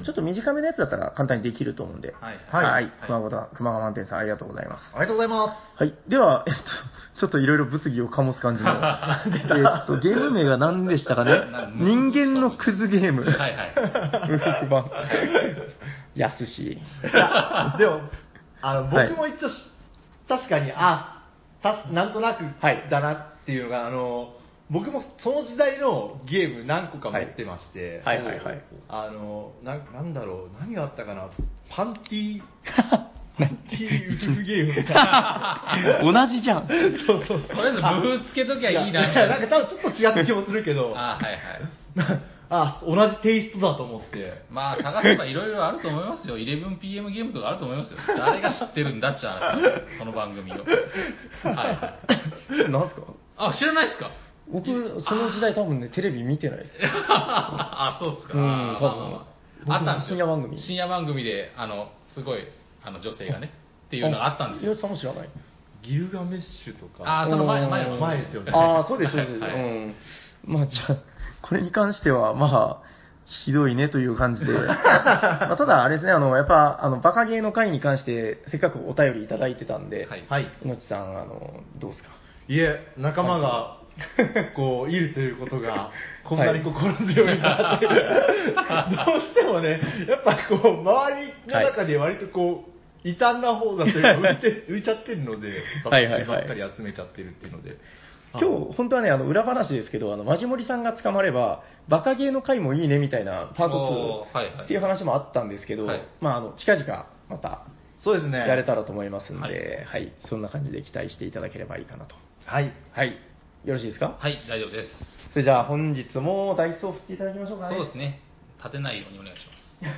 ん
ちょっと短めのやつだったら簡単にできると思うんで、
はい
はい
熊本熊川満点さん、ありがとうございます。
ありがとうございま
はい。では、えっと、ちょっといろいろ物議を醸す感 じの。えっと、ゲーム名が何でしたかね
な
人間のクズゲーム。
はい はい。
無副版。や すし。
す。いやでも、あの、
はい
僕も一応し、確かに、あ、たなんとなく
はい
だなっていうのが、あの、僕もその時代のゲーム何個か持ってまして、
はいはいはいはい
あのな、なんだろう、何があったかな、パンテ ィー、パンティーウルフゲームみたいな。
同じじゃん。
そうそうそう。
とりあえず、無風つけときゃいいな、みた
や
い
なん
な。
か多分ちょっと違った気もするけど、
あーはいはい。
あ、同じテイストだと思って。
まあ、探せばいろいろあると思いますよ。11PM ゲームとかあると思いますよ。誰が知ってるんだっちゃ話なんですよその番組を。はいはい。
なんすか
あ、知らないですか
僕、その時代多分ね、テレビ見てないです。
あ、そうですか。
うん
あー
多分
まあまあまああ
僕も
ったんですよ。
深夜番組
深夜番組で、あの、すごい、あの、女性がね、っていうのがあったんです
よ
よ。
さんも知らない。
ギルガメッシュと
あ
か。
ーその前の
おー
前の
前ですよね
ああ、そうです、そうです。う
はい
ん。まあ、じゃあ、これに関しては、まあ、ひどいねという 感じで。まあ、ただ、あれですね、あの、やっぱ、あの、バカゲーの会に関して、せっかくお便りいただいてたんで、
はい
はい。
いのちさん、あの、どうですか
いえ、仲間が、こう、いるということが、こんなに心強いなって、どうしてもね、やっぱこう、周りの中で割とこう、異端な方だというか浮いて浮いちゃってるので、
はいはいはい
ばっかり集めちゃってるっていうので、
今日、本当はね、あの、裏話ですけど、あの、マジモリさんが捕まれば、バカゲーの回もいいねみたいな、パート
おーはいは
2
い
っていう話もあったんですけど、
はい
まあ、あの、近々、また、
そうですね。
やれたらと思いますんで、
は
はい、そんな感じで期待していただければいいかなと。
はい。
はい。よろしいですか
はい、大丈夫です。
それじゃあ、本日もダイソー振っていただきましょうかね。
そうですね。立てないようにお願いします。
じ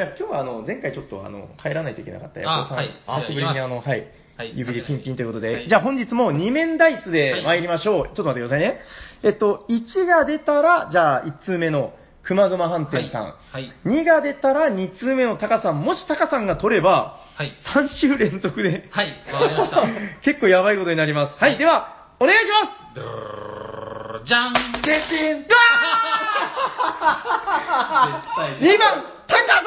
ゃあ今日はあの前回ちょっとあの帰らないといけなかったヤコウさん、
あはい
久しぶりに
じゃあ
あの、はい
はい
指でピンピンということで、
はい
じゃあ本日も2面ダイスで参りましょう、ちょっと待ってくださいね、えっと、1が出たら、じゃあ1通目のくまぐま飯店さん、
はいはい
2が出たら2通目のタカさん、もしタカさんが取れば、
はい。
3週連続で、
はい、わかりました。
結構やばいことになります。はい、では、お願いします
ドゥルルルルルルじゃん絶
でてん
対に。
!2 番、タカさ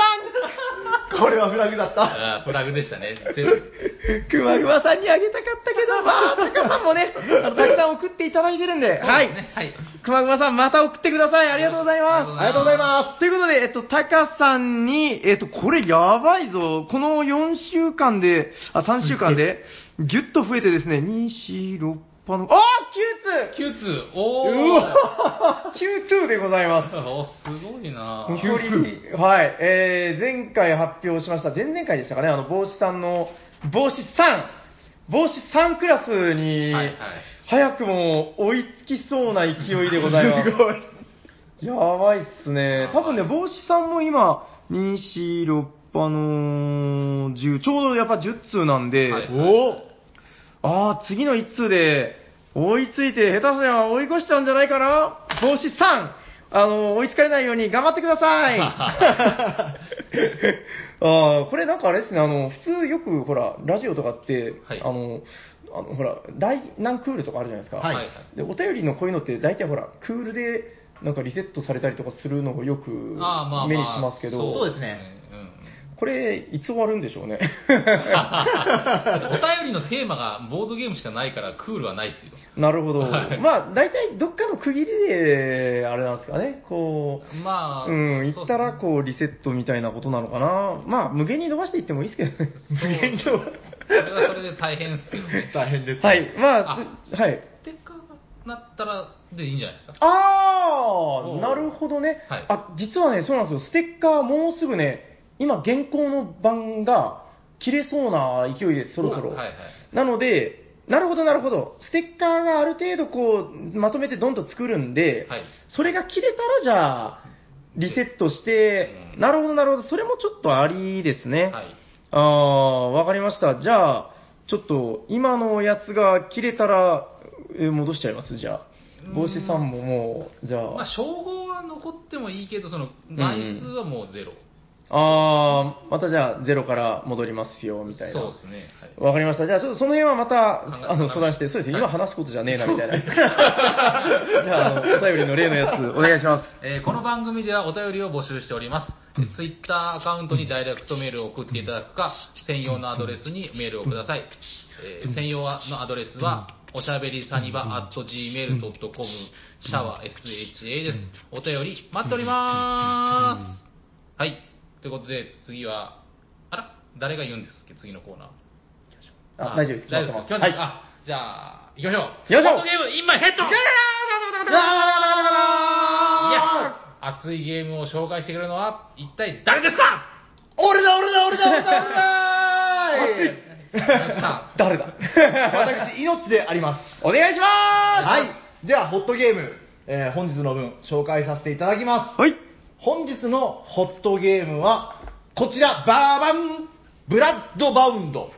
んこれはフラグだった
あーフラグでした ね。ぜ
くまぐまさんにあげたかったけど、 まあ、タカさんもね、あのたくさん送っていただいてるんで、はい。
はい。
くまぐまさん、また送ってください。ありがとうございます。
ありがとうござい
ます。ということで、えっと、タカさんに、えっと、これやばいぞ。この4週間で、あ、3週間で、ぎゅっと増えてですね、2、4、6、8の、あー !9
キューツ、おー。
通 !9 通でございます。
おすごいな
残りはい、えー、前回発表しました、前々回でしたかね、あの、帽子さんの、帽子3、帽子3クラスに
はいはい、
早くも追いつきそうな勢いでございま す。すごい。やばいっすね。多分ね、帽子さんも今、2、4、6、あのー、10、ちょうどやっぱ10通なんで、
はいはい
おーああ、次の1通で、追いついて、下手すりゃ追い越しちゃうんじゃないかな帽子3、あの、追いつかれないように頑張ってくだ さいあーこれなんかあれですね、あの、普通よく、ほら、ラジオとかって、
はい
あの、あのほら、第何クールとかあるじゃないですか。
はいはい
で、お便りのこういうのって、大体ほら、クールで、なんかリセットされたりとかするのをよく
あーまあまあ
目にしますけど、
そうですね。
これ、いつ終わるんでし ょうね。
だってお便りのテーマがボードゲームしかないからクールはないっすよ。
なるほど。
はい
まあ、大体どっかの区切りで、あれなんですかね、こう、
まあ、
うん、行ったら
う
こうリセットみたいなことなのかな。まあ、無限に伸ばしていってもいいですけどね。
そうですね、それはそれで大変っすけどね。
大変で す。
はい、まあ、はい。
ステッカーがなったらでいいんじゃないですか。
あ
お
ー、
う
なるほどね、
はい
あ、実はね、そうなんですよ。ステッカーもうすぐね、今、現行の版が切れそうな勢いです、そろそろ。
はいはい。
なので、なるほど、なるほど。ステッカーがある程度こう、まとめてどんと作るんで、
はい
それが切れたら、じゃあ、リセットして、
うん
なるほど、なるほど。それもちょっとありですね。
はい。
ああ、わかりました。じゃあ、ちょっと、今のやつが切れたら、えー戻しちゃいます、じゃあ。帽子さんももう、じゃ
まあ、
あ。
称号は残ってもいいけど、その、枚数はもうゼロ。
ああー、またじゃあ、ゼロから戻りますよ、みたいな。
そうですね。はい
わかりました。じゃあ、ちょっとその辺はま
考え
た、あ
考
の、
え
相談して、そうですね、
はい
今話すことじゃねえな、みたいな。じゃあ、あの、お便りの例のやつ、お願いします。
えーこの番組ではお便りを募集しております。ツイッターアカウントにダイレクトメールを送っていただくか、専用のアドレスにメールをください。えー専用のアドレスは、おしゃべりサニバ at gmail.com、シャワー SHA です。お便り待っております。はい。ということで、次は、あら誰が言うんですっけ次のコーナー。
あ、大丈夫です。
大丈夫です
決
か。
まってますはい。
あ、じゃあ、行きましょう。
行きましょう
ホットゲーム、インマイヘッドイエス熱いゲームを紹介してくれるのは、一体誰ですか
俺だ、俺だ、俺だ、俺だ、俺だ
さ
誰だ
私、命であります。
お願いしま
はい。では、ホットゲーム、えー本日の分、紹介させていただきます
す。はい。
本日のホットゲームは、こちら、バーバン、ブラッドバウンド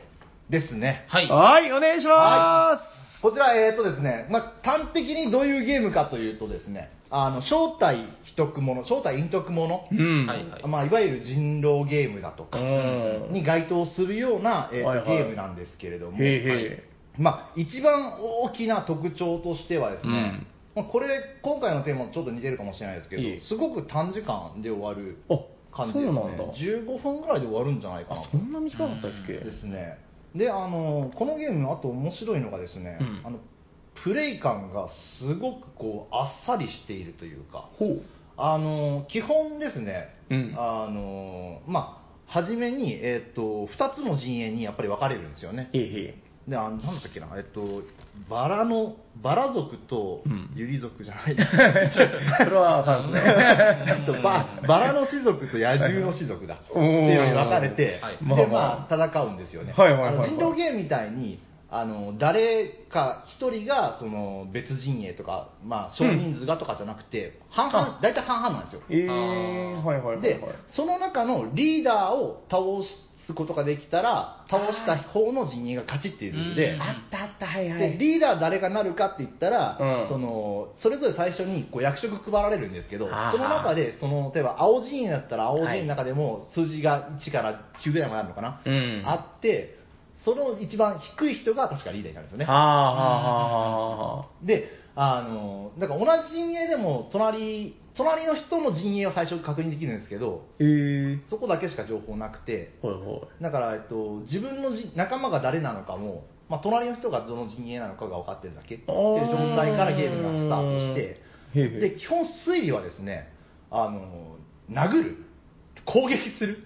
ですね。
はい。
はい、お願いします。
こちら、えーとですね、まあ、端的にどういうゲームかというとですね、あの、正体一くもの、正体隠匿もの、
うん
はいはい
まあ、いわゆる人狼ゲームだとか、
うん
に該当するような、えーと
はいはい
ゲームなんですけれども、
へいへい
はいまあ、一番大きな特徴としてはですね、
うん
まあ、これ今回のテーマとちょっと似てるかもしれないですけど
いい
すごく短時間で終わる
あ
感じです
そうなん
ね
だ
15分ぐらいで終わるんじゃないかな
あ、そんな短かったですっけ
う
ですねであのこのゲームあと面白いのがですね、
うん
あのプレイ感がすごくこうあっさりしているというか
ほう。
あの基本ですね、
うん
あのまあ初めに、えっと2つの陣営にやっぱり分かれるんですよね
へいへい。
で、あの、なんだったっけな、えっと、バラの、バラ族と
うん
ユリ族じゃな い、
それはあかんですね。
えっとババラの種族と野獣の種族 だ。っていうのに分かれて、
はい
まあ
で、まあ、戦うんですよね。
はいはいはいはい
あの人狼ゲームみたいに、あの、誰か一人が、その、別陣営とか、まあ、少人数がとかじゃなくて、半々、大体半々なんですよ。
えー、
あー
はいはいはいはい。
で、その中のリーダーを倒すことができたら、倒した方の陣営が勝ちっていうルール
う
で
ん、
あったあった、はいは
で
い。
リーダー誰がなるかって言ったら、
うん
そのそれぞれ最初にこう役職配られるんですけど、
あー
その中でその例えば青陣営だったら青陣営の中でも数字が1から9ぐらいまであるのかな、
うん
あって、その一番低い人が確かリーダーになるんですよね。
はあはあはあはあ。
であのなんか同じ陣営でも隣隣の人の陣営を最初確認できるんですけど、
えー、
そこだけしか情報なくて、
ほいほ
だから、えっと、自分のじ仲間が誰なのかも、まあ、隣の人がどの陣営なのかが分かってるだけっていう状態からゲームがスタートして
へー
で基本推理はですねあの殴る攻撃する
い。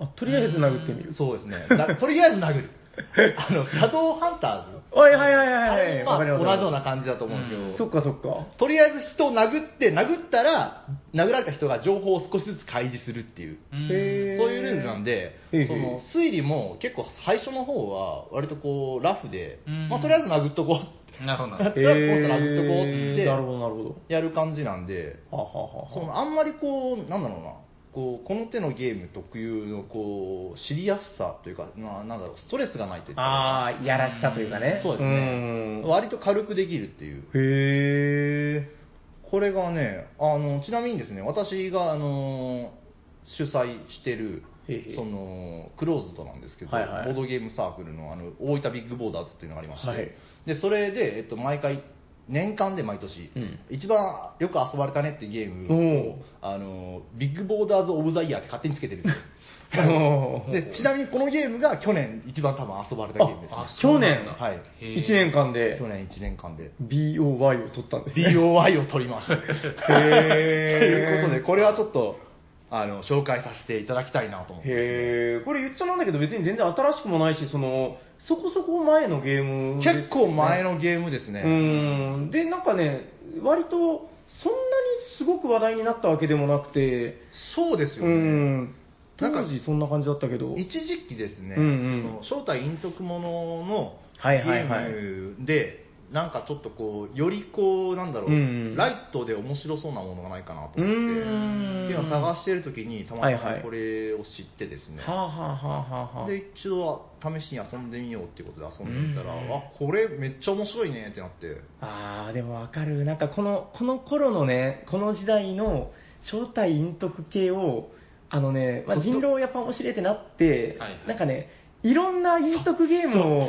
あ、とりあえず殴ってみる。
そうですねなとりあえず殴 るあのシャドウハンターズ
はいはいはいはいはい。
あ
わかり
れも
ます
まあ、同じような感じだと思うんですけど、
そっかそっか。
とりあえず人を殴って殴ったら殴られた人が情報を少しずつ開示するっていう
うん
へー
そういうルールなんで、
へー
その推理も結構最初の方は割とこうラフで、
うん
まあ、とりあえず殴っとこう
なるほど
だ
な
っ
る
たらこの人殴っとこうって言って
なるほどなるほど。
やる感じなんで、
はあはあはあ
そのあんまりこうなんだろうなこうこの手のゲーム特有のこう知りやすさというかななんだろうストレスがないというか
ああ、いやらしさというかね。
そうですね
ん
割と軽くできるっていう
へえ。
これがねあのちなみにですね私があの主催してる
へへ
そのクローズドなんですけど、
はいはい
ボードゲームサークルのあの大分ビッグボーダーズっていうのがありまして、
はい
でそれで、えっと、毎回年間で毎年、
うん
一番よく遊ばれたねってゲー
お
ムを
う
あのビッグボーダーズ・オブ・ザ・イヤーって勝手につけてるんですよ
おう
でちなみにこのゲームが去年一番多分遊ばれたゲームです、ね
あ
去年、
はい
へー
1年間で
去年1年間で
BOY を取ったんですね。
DOI を取りました。
へー
ということで、これはちょっと、あの、紹介させていただきたいなと思って。
へえ、これ言っちゃなんだけど、別に全然新しくもないし、そのそこそこ前のゲームですよね、
結構前のゲームです
う
ね。
ーん、で、なんかね、割とそんなにすごく話題になったわけでもなくて、
そうですよ
う
ね。
ん、当時そんな感じだったけど、
一時期ですね、
うんうん
その正体隠匿者ののゲ
はいはいはい
ームで、なんかちょっとこう、よりこう、なんだろう、
うんうん
ライトで面白そうなものがないかなと思って、
う
っ
ー
て
ん
いうのを探してる時に、たま
はいは
たま
い
これを知ってですね、
はあ、はあはあはあはあ、
で一度は試しに遊んでみようってことで遊んでみたら、
うん
あこれめっちゃ面白いねってなって
あーでもわかる、なんかこのこの頃のね、この時代の正体隠匿系を、あのね、まあ、
そうそう
人狼やっぱ面白いってなって、
はいはい
なんかね、いろんな隠匿ゲームを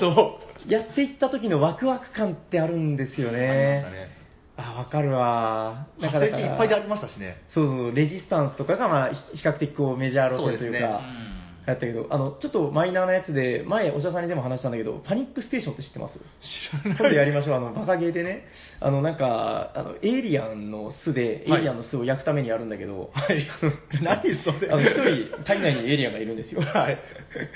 やっていった時のワクワク感ってあるんですよ
ありまし
ね
た。ね
あ、わかるわ。
化
なんかだ
石
から
いっぱいでありました しね
そうそう、レジスタンスとかが、まあ、ひ比較的こうメジャー路線という
そう
か、
で
うん
やったけど、あの、ちょっとマイナーなやつで、前、おしゃさんにでも話したんだけど、パニックステーションって知ってます
知らない
今度やりましょう、あの、バカゲーでね、あの、なんか、あの、エイリアンの巣で、エイ
はい
リアンの巣を焼くためにやるんだけど、
はい何それ
あの、一人、体内にエイリアンがいるんですよ。
はい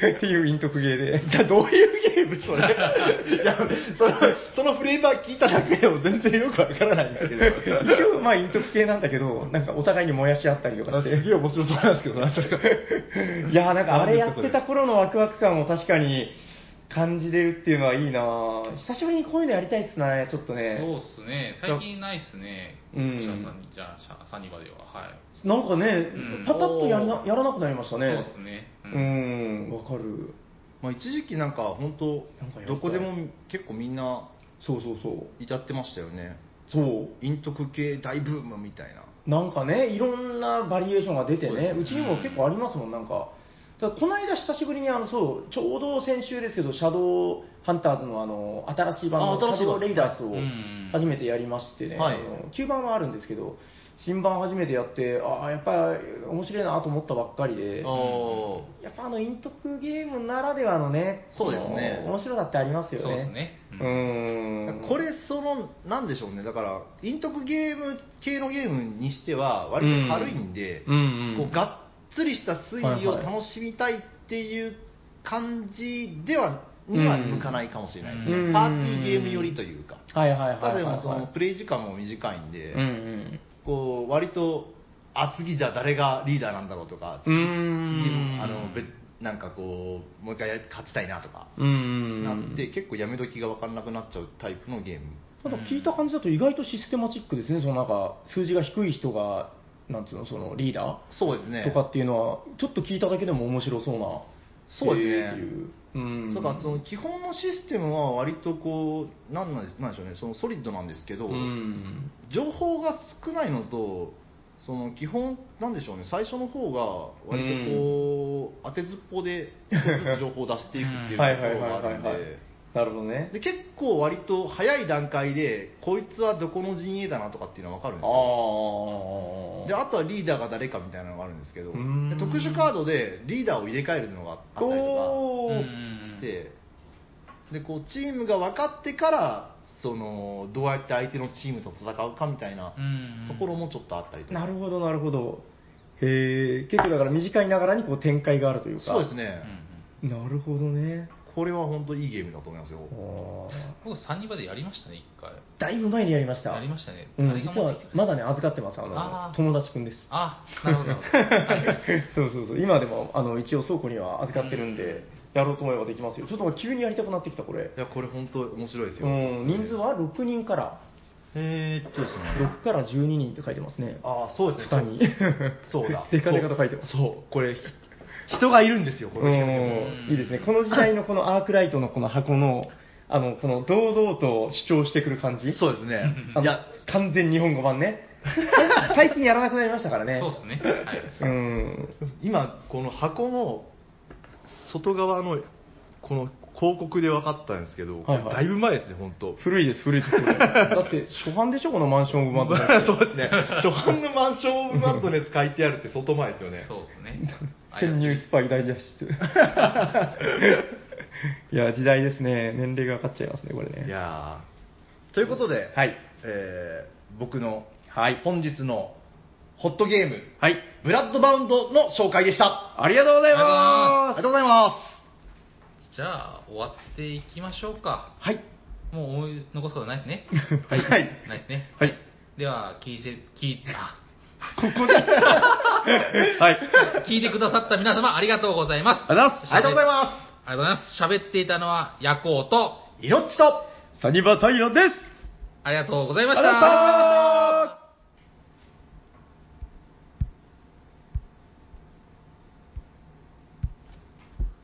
っていう隠匿ゲーで。
じゃあどういうゲームそれ いやそのそのフレーバー聞いただけでも全然よくわからない んですけど
一応、まあ、隠匿系なんだけど、なんかお互いに燃やし合ったりとか
あ
して
す。げえ面白そうなんですけ どなそれが
いやーなんかあれやってた頃のワクワク感を確かに感じれるっていうのはいいなー久しぶりにこういうのやりたいっすね、ちょっと
そう
ね。
っすね最近ないっすね
うん
シャサニじゃあシャサニバでははい
なんかね
うん、
パタッとやりなやらなくなりましたね。
そうっすね
う
うん
ん、わかる。
まあ一時期なんか本当
なんかやりたい
どこでも結構みんな
そうそうそう。
至ってましたよね
そう。
陰徳系大ブームみたいな
なんかね、いろんなバリエーションが出て
そう
ね、う
ですね
ちにも結構ありますもん、なんか。だからこの間久しぶりにあのそうちょうど先週ですけど、シャドウハンターズのあの新しい版の
あ
シ
新しい版
ャドウレイダースを
うん
初めてやりましてね、
はい
あの旧版はあるんですけど、新版初めてやって、ああ、やっぱり面白いなと思ったばっかりで、
お
やっぱあの、隠匿ゲームならではのね、
そうですね
あの面白さってありますよね。
そうですね
うーん
これそのなんでしょうねだから陰徳ゲーム系のゲームにしては割と軽いんで、
うんうん
こうがっつりした推理を
はいはい
楽しみたいっていう感じではには向かないかもしれないですね、
うん
パーティーゲーム寄りというか、
はいはいはい
ただ
はい
でもそ
はい
のプレイ時間も短いんで、
うんうん
こう割と、あ、次じゃあ誰がリーダーなんだろうとか、
う
次
ん
あのべなんかこう、もう一回や勝ちたいなとか、
うん
なって、結構やめ時が分からなくなっちゃうタイプのゲーム。
なんか聞いた感じだと意外とシステマチックですね、そのなんか数字が低い人が、なんつうの、そのリーダ
そうですね
ーとかっていうのは、ちょっと聞いただけでも面白そうな、
そうですね
へーっていう、うん、
そうかその基本のシステムは割とこうなんなんなんでしょうねそのソリッドなんですけど、
うん、
情報が少ないのとその基本なんでしょうね最初の方が割とこう、当てずっぽで一つずつ情報を出していくっていうとこ
はいはい
ろ
はい
があ
は
る
い
ん
はい
で。
なるほどね、
で結構割と早い段階でこいつはどこの陣営だなとかっていうのは分かるんですよ
あ
であとはリーダーが誰かみたいなのがあるんですけど
う
で
ん
特殊カードでリーダーを入れ替えるのがあったりとか
おー
して、でこうチームが分かってからそのどうやって相手のチームと戦うかみたいなところもちょっとあったりとか、
なるほど、なるほど、へえ、結構だから短いながらにこう展開があるというか、
そうですね、
なるほどね、
これは本当いいゲームだと思いますよ、
あー
僕3人までやりましたね、1回。
だいぶ前にやりました。
やりましたね。
う
あ
ん、
れが
実
持っ
は
てきて
まだね、預かってます、あの
あー
友達くんです。
あ、なるほど。はい
そうそうそう、今でもあの一応倉庫には預かってるんで、やろうと思えばできますよ。ちょっともう急にやりたくなってきた、これ。
いやこれ本当面白いです
う
よ、
ん、人数は6人から、
えーっとですね
6から12人って書いてますね。
ああそうですね
下に。
そうそうだ
デカデカと書いてます
そうそうこれひ人がいるんですよこ
う
れしかも
ん、いいですね。この時代のこのアークライトのこの箱の、あの、この堂々と主張してくる感じ。
そうです ね
あの
いや
完全日本語版ね。最近やらなくなりましたからね。
そうですね。はい。
うん。
今この箱の外側のこの広告で分かったんですけど、
はいはい
だいぶ前ですね本当
古いです、古いです。これ だって、初版でしょ、このマンションオブマッドネス
そうですね初版のマンションオブマッドネス書いてあるって外前ですよね
そうですね。あ
潜入スパイ大脱出。いや、時代ですね。年齢が分かっちゃいますね、これ
い
ね。
やーということで、
はい
えー僕の
はい。
本日のホットゲーム
はい。
ブラッドバウンドの紹介でした
ありがとうござい
あり
ま
がとうございます
じゃあ、終わっていきましょうか。
す。はい。
もう思い残すことないです ね。
はい
ないですね。
はい。
では、聞いて、聞い、あ
ここで。はい。
聞いてくださった皆様ありがとうございます。
ありがとうございます
ありがとうございま
ありがとうございます。喋っていたのは、夜行と、
す命と
サニバタイラです。
ありがとうございまし
ありがとうございました
た。